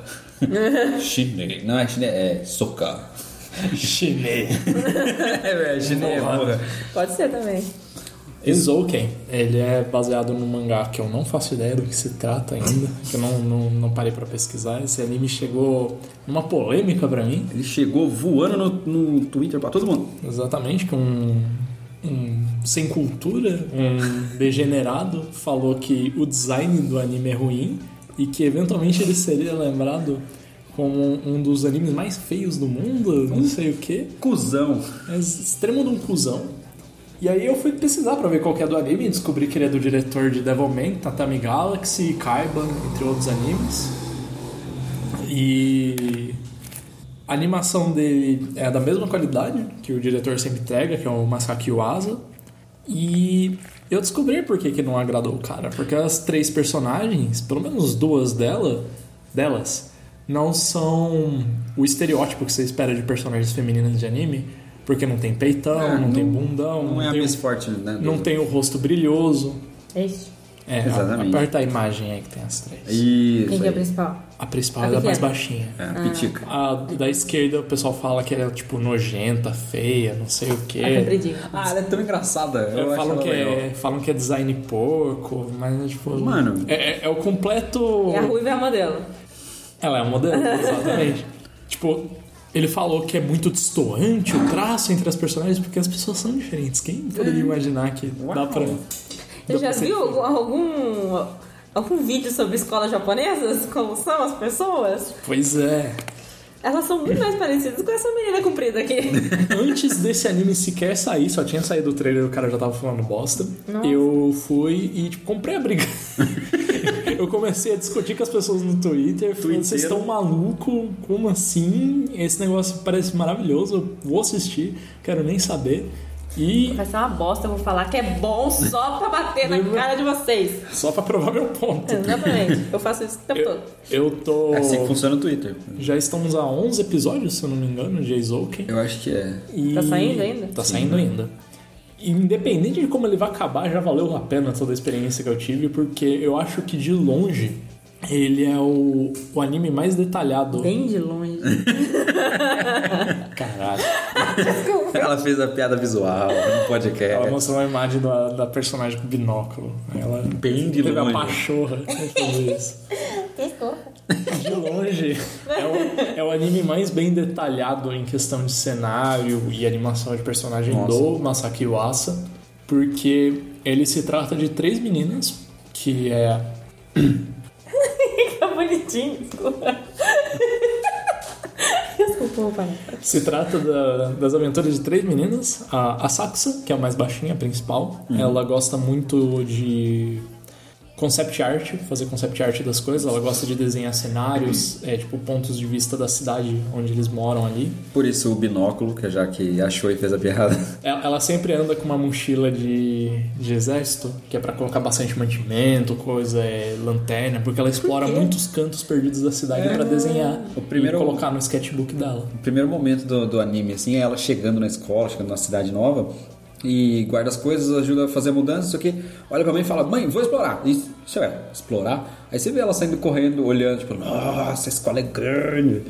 [SPEAKER 1] Shine. Não é chinês, é soka.
[SPEAKER 2] Chinês.
[SPEAKER 1] É, velho, chinês, porra.
[SPEAKER 3] Pode ser também.
[SPEAKER 2] Izouken, ele é baseado num mangá que eu não faço ideia do que se trata ainda, que eu não, não, não parei pra pesquisar. Esse anime chegou numa polêmica pra mim,
[SPEAKER 1] Ele chegou voando no, no Twitter pra todo mundo.
[SPEAKER 2] exatamente, que um, um sem cultura, um degenerado, falou que o design do anime é ruim e que eventualmente ele seria lembrado como um dos animes mais feios do mundo, não sei o que.
[SPEAKER 1] Cusão.
[SPEAKER 2] É extremo de um cuzão. E aí eu fui pesquisar pra ver qual que é do anime e descobri que ele é do diretor de Devilman, Tatami Galaxy, Kaiban, entre outros animes. E a animação dele é da mesma qualidade que o diretor sempre entrega, que é o Masaki Uasa. E eu descobri por que, que não agradou o cara, porque as três personagens, pelo menos duas dela, delas, não são o estereótipo que você espera de personagens femininas de anime, porque não tem peitão,
[SPEAKER 1] É,
[SPEAKER 2] não,
[SPEAKER 1] não-
[SPEAKER 2] tem bundão,
[SPEAKER 1] Não é a
[SPEAKER 2] tem,
[SPEAKER 1] Miss Fortune, né?
[SPEAKER 2] não tem o rosto brilhoso.
[SPEAKER 3] É isso.
[SPEAKER 2] É, a-
[SPEAKER 1] Exatamente.
[SPEAKER 2] aperta a imagem aí que tem as três.
[SPEAKER 1] Isso.
[SPEAKER 3] Quem que é
[SPEAKER 1] aí.
[SPEAKER 3] o principal?
[SPEAKER 2] A principal
[SPEAKER 3] A
[SPEAKER 2] é a mais
[SPEAKER 3] pequena.
[SPEAKER 2] baixinha.
[SPEAKER 1] É, pitica.
[SPEAKER 2] A da esquerda o pessoal fala que ela é tipo nojenta, feia, não sei o quê.
[SPEAKER 3] A compridinha.
[SPEAKER 1] Ah, ela é tão engraçada. Eu acho
[SPEAKER 2] falam,
[SPEAKER 1] ela
[SPEAKER 2] que
[SPEAKER 1] legal.
[SPEAKER 2] é, falam que é design porco, mas tipo.
[SPEAKER 1] Mano.
[SPEAKER 2] É, é- é o completo.
[SPEAKER 3] E a ruiva é a modelo.
[SPEAKER 2] Ela é um modelo, exatamente. tipo, ele falou que é muito destoante o traço entre as personagens, porque as pessoas são diferentes. Quem
[SPEAKER 1] É.
[SPEAKER 2] poderia imaginar que dá pra.
[SPEAKER 3] Você já viu algum, algum, algum vídeo sobre escolas japonesas? Como são as pessoas?
[SPEAKER 2] Pois é.
[SPEAKER 3] Elas são muito mais parecidas com essa menina comprida aqui.
[SPEAKER 2] Antes desse anime sequer sair, só tinha saído o trailer e o cara já tava falando bosta. Eu fui e tipo, comprei a briga. eu comecei a discutir com as pessoas no Twitter, falando, vocês
[SPEAKER 1] Twitteiro.
[SPEAKER 2] estão maluco? Como assim? Esse negócio parece maravilhoso, eu vou assistir, quero nem saber. E
[SPEAKER 3] Vai ser uma bosta, eu vou falar que é bom só pra bater na
[SPEAKER 2] Uhum.
[SPEAKER 3] cara de vocês.
[SPEAKER 2] só pra provar meu ponto.
[SPEAKER 3] Exatamente. Eu faço isso o tempo
[SPEAKER 2] Eu,
[SPEAKER 3] todo.
[SPEAKER 2] eu tô.
[SPEAKER 1] É assim que funciona o Twitter.
[SPEAKER 2] Já estamos a 11 episódios, se eu não me engano, de Aizouken.
[SPEAKER 1] Eu acho que é.
[SPEAKER 2] E-
[SPEAKER 3] Tá saindo ainda?
[SPEAKER 2] Tá saindo ainda. E Independente de como ele vai acabar, já valeu a pena toda a experiência que eu tive, porque eu acho que de longe ele é o, o anime mais detalhado.
[SPEAKER 3] Bem de longe.
[SPEAKER 2] Caralho.
[SPEAKER 1] Ela fez a piada visual no
[SPEAKER 2] Ela
[SPEAKER 1] podcast.
[SPEAKER 2] mostrou uma imagem da, da personagem com binóculo. Ela
[SPEAKER 1] Bem de
[SPEAKER 2] teve
[SPEAKER 1] longe.
[SPEAKER 2] a pachorra de fazer isso. De longe. É o, é o anime mais bem detalhado em questão de cenário e animação de personagem
[SPEAKER 1] Nossa.
[SPEAKER 2] do Masaki Yuasa, porque ele se trata de três meninas, que é
[SPEAKER 3] Fica bonitinho. Desculpa. Desculpa, vou parar.
[SPEAKER 2] Se trata da- das aventuras de três meninas. A, a Saxa, que é a mais baixinha, a principal, ela gosta muito de concept art, fazer concept art das coisas. Ela gosta de desenhar cenários, é, tipo pontos de vista da cidade onde eles moram ali.
[SPEAKER 1] Por isso o binóculo, que é já que achou e fez a piada.
[SPEAKER 2] Ela, ela sempre anda com uma mochila de, de exército, que é pra colocar bastante mantimento, coisa, é, lanterna, porque ela explora muitos cantos perdidos da cidade pra desenhar
[SPEAKER 1] O primeiro-
[SPEAKER 2] e colocar no sketchbook dela.
[SPEAKER 1] O primeiro momento do, do anime, assim, é ela chegando na escola, chegando na cidade nova, e guarda as coisas, ajuda a fazer a mudança, isso aqui. Olha pra mãe e fala, mãe, vou explorar. Isso, isso é, explorar. Aí você vê ela saindo correndo, olhando, tipo, nossa, a escola é grande.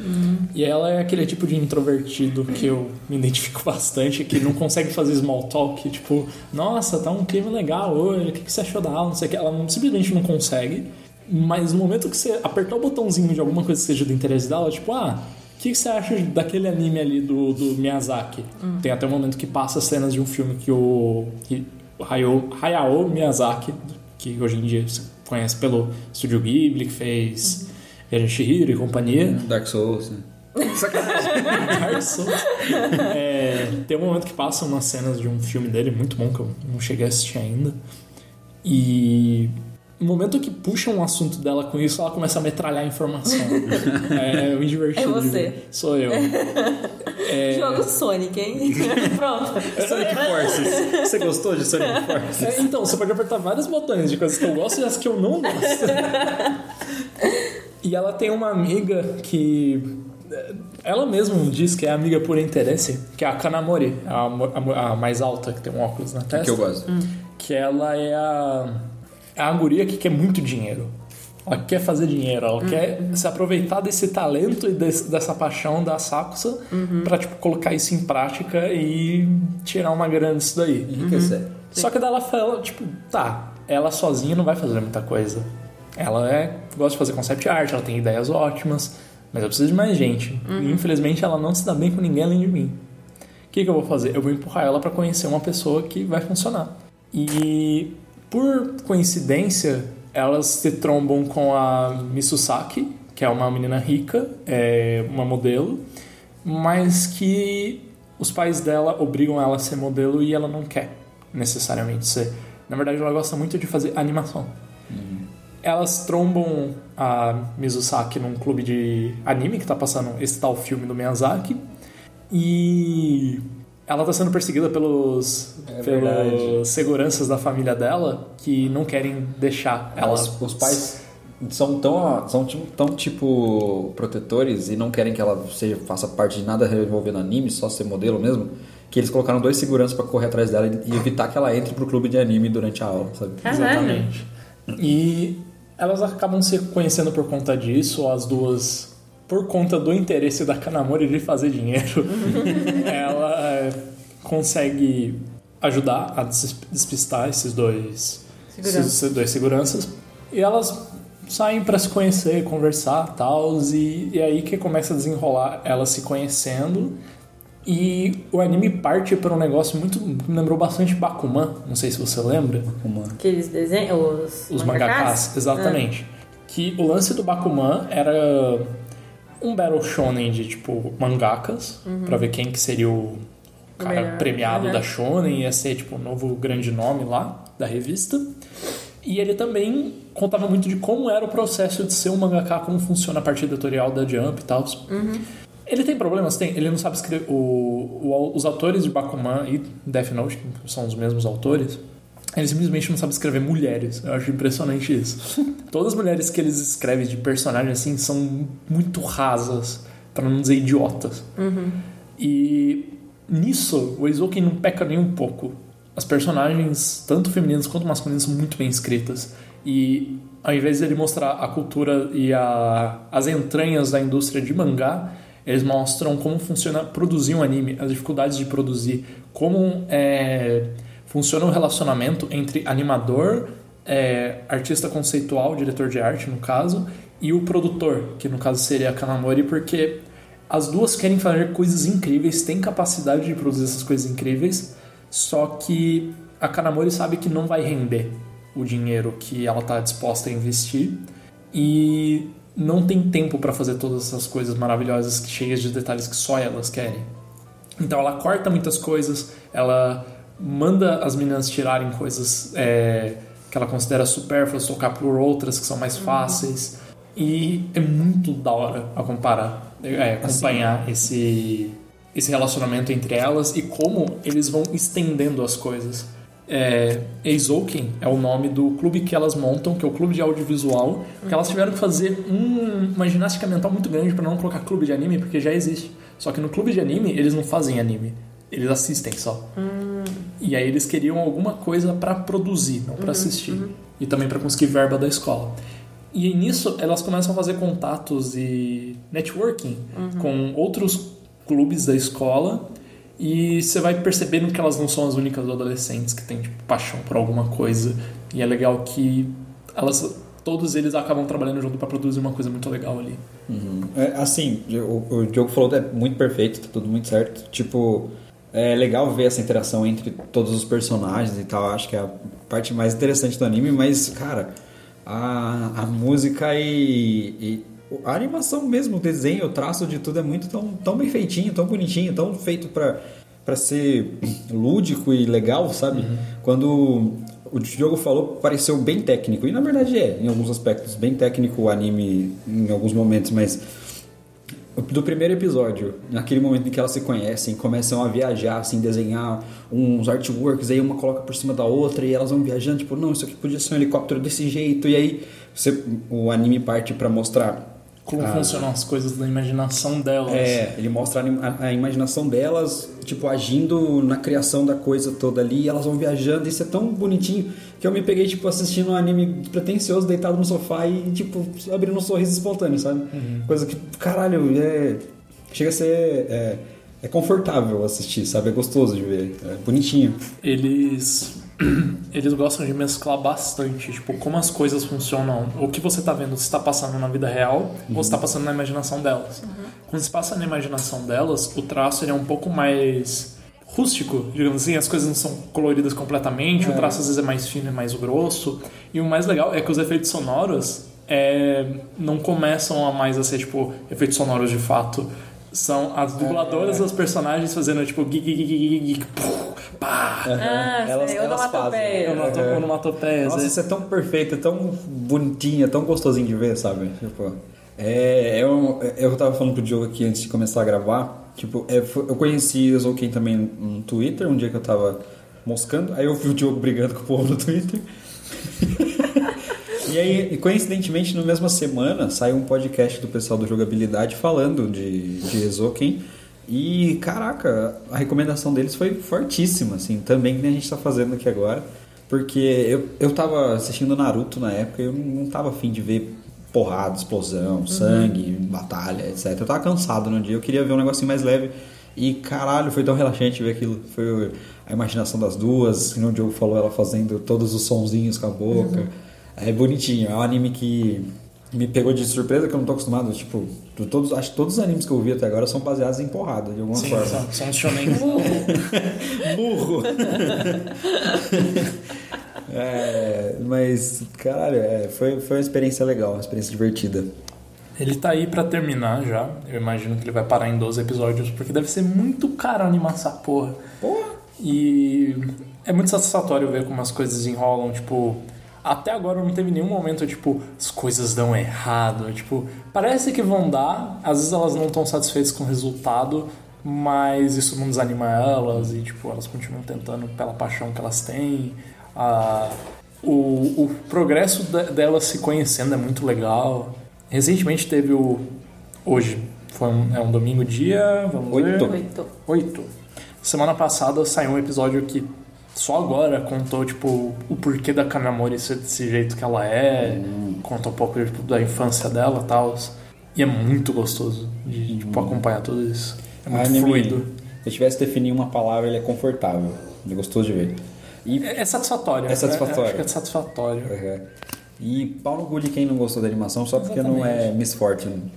[SPEAKER 2] E ela é aquele tipo de introvertido que eu me identifico bastante, que não consegue fazer small talk, tipo, nossa, tá um clima legal hoje, o que que você achou da aula, não sei o que. Ela não- simplesmente não consegue, mas no momento que você apertar o botãozinho de alguma coisa que seja do interesse dela, tipo, ah, o que que você acha daquele anime ali do, do Miyazaki? Tem até um momento que passa cenas de um filme que o que o Hayao, Hayao Miyazaki, que hoje em dia se conhece pelo Studio Ghibli, que fez Viagem de Chihiro e companhia.
[SPEAKER 1] Dark Souls, né?
[SPEAKER 2] Dark Souls. É, tem um momento que passam umas cenas de um filme dele muito bom que eu não cheguei a assistir ainda. E no momento que puxam um assunto dela com isso, ela começa a metralhar informação. é muito divertido.
[SPEAKER 3] É você.
[SPEAKER 2] de ver. Sou eu. É,
[SPEAKER 3] Jogo Sonic, hein? Pronto.
[SPEAKER 1] Sonic Forces. Você gostou de Sonic Forces?
[SPEAKER 2] é, então, você pode apertar vários botões de coisas que eu gosto e as que eu não gosto. E ela tem uma amiga que. eh, Ela mesma diz que é amiga por interesse, que é a Kanamori, a, mo- a mo- a mais alta, que tem um óculos na testa.
[SPEAKER 1] Que eu gosto.
[SPEAKER 2] que ela é a, é a guria que quer muito dinheiro. Ela quer fazer dinheiro, ela quer se aproveitar desse talento e des- dessa paixão da Sakusa pra, tipo, colocar isso em prática e tirar uma grana disso daí.
[SPEAKER 1] Enriquecer.
[SPEAKER 2] Só que daí ela fala, tipo, tá, ela sozinha não vai fazer muita coisa. Ela é, gosta de fazer concept art, ela tem ideias ótimas, mas eu preciso de mais gente. E infelizmente ela não se dá bem com ninguém além de mim. O que, que eu vou fazer? Eu vou empurrar ela pra conhecer uma pessoa que vai funcionar. E por coincidência, elas se trombam com a Misusaki, que é uma menina rica, é uma modelo, mas que os pais dela obrigam ela a ser modelo e ela não quer necessariamente ser. Na verdade, ela gosta muito de fazer animação. Elas trombam a Mizusaki num clube de anime que tá passando esse tal filme do Miyazaki. E ela tá sendo perseguida pelos,
[SPEAKER 1] É verdade.
[SPEAKER 2] pelos seguranças da família dela que não querem deixar ela.
[SPEAKER 1] Os, os pais são tão, são tipo- tão tipo protetores e não querem que ela seja, faça parte de nada envolvendo anime, só ser modelo mesmo, que eles colocaram dois seguranças pra correr atrás dela e evitar que ela entre pro clube de anime durante a aula, sabe?
[SPEAKER 3] Caralho.
[SPEAKER 2] E elas acabam se conhecendo por conta disso, as duas por conta do interesse da Kanamori de fazer dinheiro. ela é, consegue ajudar a des- despistar esses dois
[SPEAKER 3] Segurança.
[SPEAKER 2] esses dois seguranças e elas saem para se conhecer, conversar, tal, e, e aí que começa a desenrolar elas se conhecendo. E o anime parte para um negócio muito me lembrou bastante Bakuman, não sei se você lembra
[SPEAKER 1] Uma-
[SPEAKER 3] Que eles desenham os,
[SPEAKER 2] os mangakás, exatamente. Que o lance do Bakuman era um battle shonen de tipo mangakas, pra ver quem que seria o cara
[SPEAKER 3] Uhum. melhor.
[SPEAKER 2] premiado
[SPEAKER 3] Uhum.
[SPEAKER 2] da shonen, ia ser tipo o novo grande nome lá da revista. E ele também contava
[SPEAKER 3] Uhum.
[SPEAKER 2] muito de como era o processo de ser um mangaká, como funciona a parte editorial da Jump e tal. Ele tem problemas? Tem. Ele não sabe escrever. o- o- os autores de Bakuman e Death Note, que são os mesmos autores, eles simplesmente não sabem escrever mulheres. Eu acho impressionante isso. Todas as mulheres que eles escrevem de personagem assim são muito rasas, pra não dizer idiotas. E nisso, o Eizouken não peca nem um pouco. As personagens, tanto femininas quanto masculinas, são muito bem escritas. E ao invés de ele mostrar a cultura e a, as entranhas da indústria de mangá, eles mostram como funciona produzir um anime, as dificuldades de produzir, como é, funciona o relacionamento entre animador, é, artista conceitual, diretor de arte, no caso, e o produtor, que no caso seria a Kanamori, porque as duas querem fazer coisas incríveis, têm capacidade de produzir essas coisas incríveis, só que a Kanamori sabe que não vai render o dinheiro que ela está disposta a investir e não tem tempo para fazer todas essas coisas maravilhosas, que- cheias de detalhes que só elas querem. Então ela corta muitas coisas, ela manda as meninas tirarem coisas é, que ela considera supérfluas, tocar por outras que são mais fáceis. E é muito da hora a comparar, é, acompanhar esse, esse relacionamento entre elas e como eles vão estendendo as coisas. É, Eizouken é o nome do clube que elas montam, que é o clube de audiovisual, que elas tiveram que fazer um- uma ginástica mental muito grande para não colocar clube de anime, porque já existe. Só que no clube de anime, eles não fazem anime, eles assistem só. E aí eles queriam alguma coisa pra produzir, não pra assistir. E também pra conseguir verba da escola. E nisso elas começam a fazer contatos e networking com outros clubes da escola. E você vai percebendo que elas não são as únicas adolescentes que têm tipo, paixão por alguma coisa. E é legal que elas, todos eles acabam trabalhando junto pra produzir uma coisa muito legal ali.
[SPEAKER 1] É, assim, o, o Diogo falou é muito perfeito, tá tudo muito certo. Tipo, é legal ver essa interação entre todos os personagens e tal. Acho que é a parte mais interessante do anime, mas, cara, a, a música e, e a animação mesmo, o desenho, o traço de tudo é muito tão, tão bem feitinho, tão bonitinho, tão feito pra, pra ser lúdico e legal, sabe? Quando o Diogo falou pareceu bem técnico e na verdade é em alguns aspectos bem técnico o anime em alguns momentos mas do primeiro episódio naquele momento em que elas se conhecem começam a viajar assim desenhar uns artworks aí uma coloca por cima da outra e elas vão viajando tipo não isso aqui podia ser um helicóptero desse jeito e aí você- o anime parte pra mostrar
[SPEAKER 2] Como
[SPEAKER 1] Ah.
[SPEAKER 2] funcionam as coisas da imaginação delas.
[SPEAKER 1] é, ele mostra a anim- a, a imaginação delas, tipo, agindo na criação da coisa toda ali, e elas vão viajando, isso é tão bonitinho que eu me peguei, tipo, assistindo um anime pretencioso, deitado no sofá e, tipo, abrindo um sorriso espontâneo, sabe? Coisa que, caralho, é. Chega a ser. É, é confortável assistir, sabe? É gostoso de ver, é bonitinho.
[SPEAKER 2] eles eles gostam de mesclar bastante, tipo, como as coisas funcionam, o que você tá vendo, se tá passando na vida real ou se tá passando na imaginação delas. Quando se passa na imaginação delas, o traço ele é um pouco mais rústico, digamos assim, as coisas não são coloridas completamente, o traço às vezes é mais fino e mais grosso. E o mais legal é que os efeitos sonoros é, não começam a mais a ser, tipo, efeitos sonoros de fato são as dubladoras das personagens fazendo tipo gui, gui, gui, gui, gui, gui, pum, pá.
[SPEAKER 3] Ah,
[SPEAKER 1] Elas-
[SPEAKER 3] sei, eu dou
[SPEAKER 1] elas
[SPEAKER 3] uma
[SPEAKER 1] fazem.
[SPEAKER 3] topeia.
[SPEAKER 2] Onomato- onomatopeias,
[SPEAKER 1] Nossa,
[SPEAKER 2] é.
[SPEAKER 1] isso é tão perfeito, é tão bonitinho, é tão gostosinho de ver, sabe? Tipo, é, é um- é- eu tava falando pro Diogo aqui antes de começar a gravar. Tipo, é, foi- eu conheci o Zouken também no Twitter, um dia que eu tava moscando. Aí eu vi o Diogo brigando com o povo no Twitter. E aí, e coincidentemente, na mesma semana, saiu um podcast do pessoal do Jogabilidade falando de, de Ezoken. E, caraca, a recomendação deles foi fortíssima, assim, também que nem a gente tá fazendo aqui agora. Porque eu, eu tava assistindo Naruto na época e eu não não tava afim de ver porrada, explosão, sangue, batalha, etc. Eu tava cansado no dia, eu queria ver um negocinho mais leve. E caralho, foi tão relaxante ver aquilo. Foi a imaginação das duas, que no Diogo falou ela fazendo todos os sonzinhos com a boca. É bonitinho, é um anime que me pegou de surpresa, que eu não tô acostumado. Tipo, de todos, acho que todos os animes que eu vi até agora são baseados em porrada, de alguma
[SPEAKER 2] Sim,
[SPEAKER 1] forma.
[SPEAKER 2] são, são os shonen.
[SPEAKER 1] Burro! É, mas, caralho, é, foi, foi uma experiência legal, uma experiência divertida.
[SPEAKER 2] Ele tá aí pra terminar já. Eu imagino que ele vai parar em 12 episódios, porque deve ser muito caro animar essa porra.
[SPEAKER 1] Porra!
[SPEAKER 2] E é muito satisfatório ver como as coisas enrolam, tipo, até agora não teve nenhum momento, tipo, as coisas dão errado. Tipo, parece que vão dar, às vezes elas não estão satisfeitas com o resultado, mas isso não desanima elas e, tipo, elas continuam tentando pela paixão que elas têm. Ah, o, o progresso de- delas se conhecendo é muito legal. Recentemente teve o. Hoje, foi um- é um domingo dia, vamos ver.
[SPEAKER 5] Oito.
[SPEAKER 3] Oito.
[SPEAKER 2] 8. Semana passada saiu um episódio que só agora contou, tipo, o porquê da Kanamori ser desse jeito que ela é,
[SPEAKER 1] Uhum.
[SPEAKER 2] conta um pouco tipo, da infância dela e tal. E é muito gostoso de tipo, acompanhar tudo isso. É muito
[SPEAKER 1] Uhum. Anime,
[SPEAKER 2] fluido.
[SPEAKER 1] Se eu tivesse que definir uma palavra, ele é confortável. É gostoso de ver. E,
[SPEAKER 2] É, é satisfatório.
[SPEAKER 1] É satisfatório.
[SPEAKER 2] É, acho que é satisfatório.
[SPEAKER 1] é. e pau no cu de quem não gostou da animação, só porque não é Miss Fortune.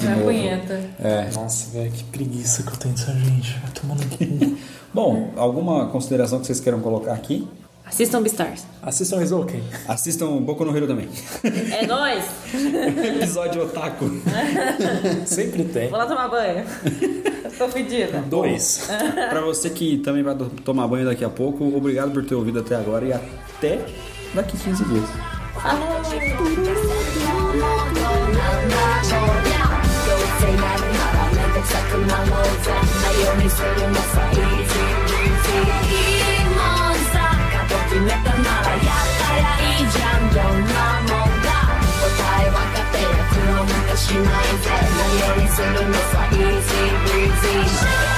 [SPEAKER 1] De
[SPEAKER 3] Não é
[SPEAKER 1] novo.
[SPEAKER 3] punheta.
[SPEAKER 1] É.
[SPEAKER 2] Nossa, velho, que preguiça que eu tenho dessa gente. Vai tomar no cu.
[SPEAKER 1] Bom, alguma consideração que vocês queiram colocar aqui?
[SPEAKER 3] Assistam Beastars.
[SPEAKER 2] Assistam Rizouken.
[SPEAKER 1] Assistam o Boku no Hero também.
[SPEAKER 3] É nóis!
[SPEAKER 1] Episódio Otaku.
[SPEAKER 2] Sempre tem.
[SPEAKER 3] Vou lá tomar banho. Tô fedida.
[SPEAKER 2] Dois.
[SPEAKER 1] pra você que também vai do- tomar banho daqui a pouco, obrigado por ter ouvido até agora e até daqui 15 dias.
[SPEAKER 6] しないぜ何よりするのさ easy breezy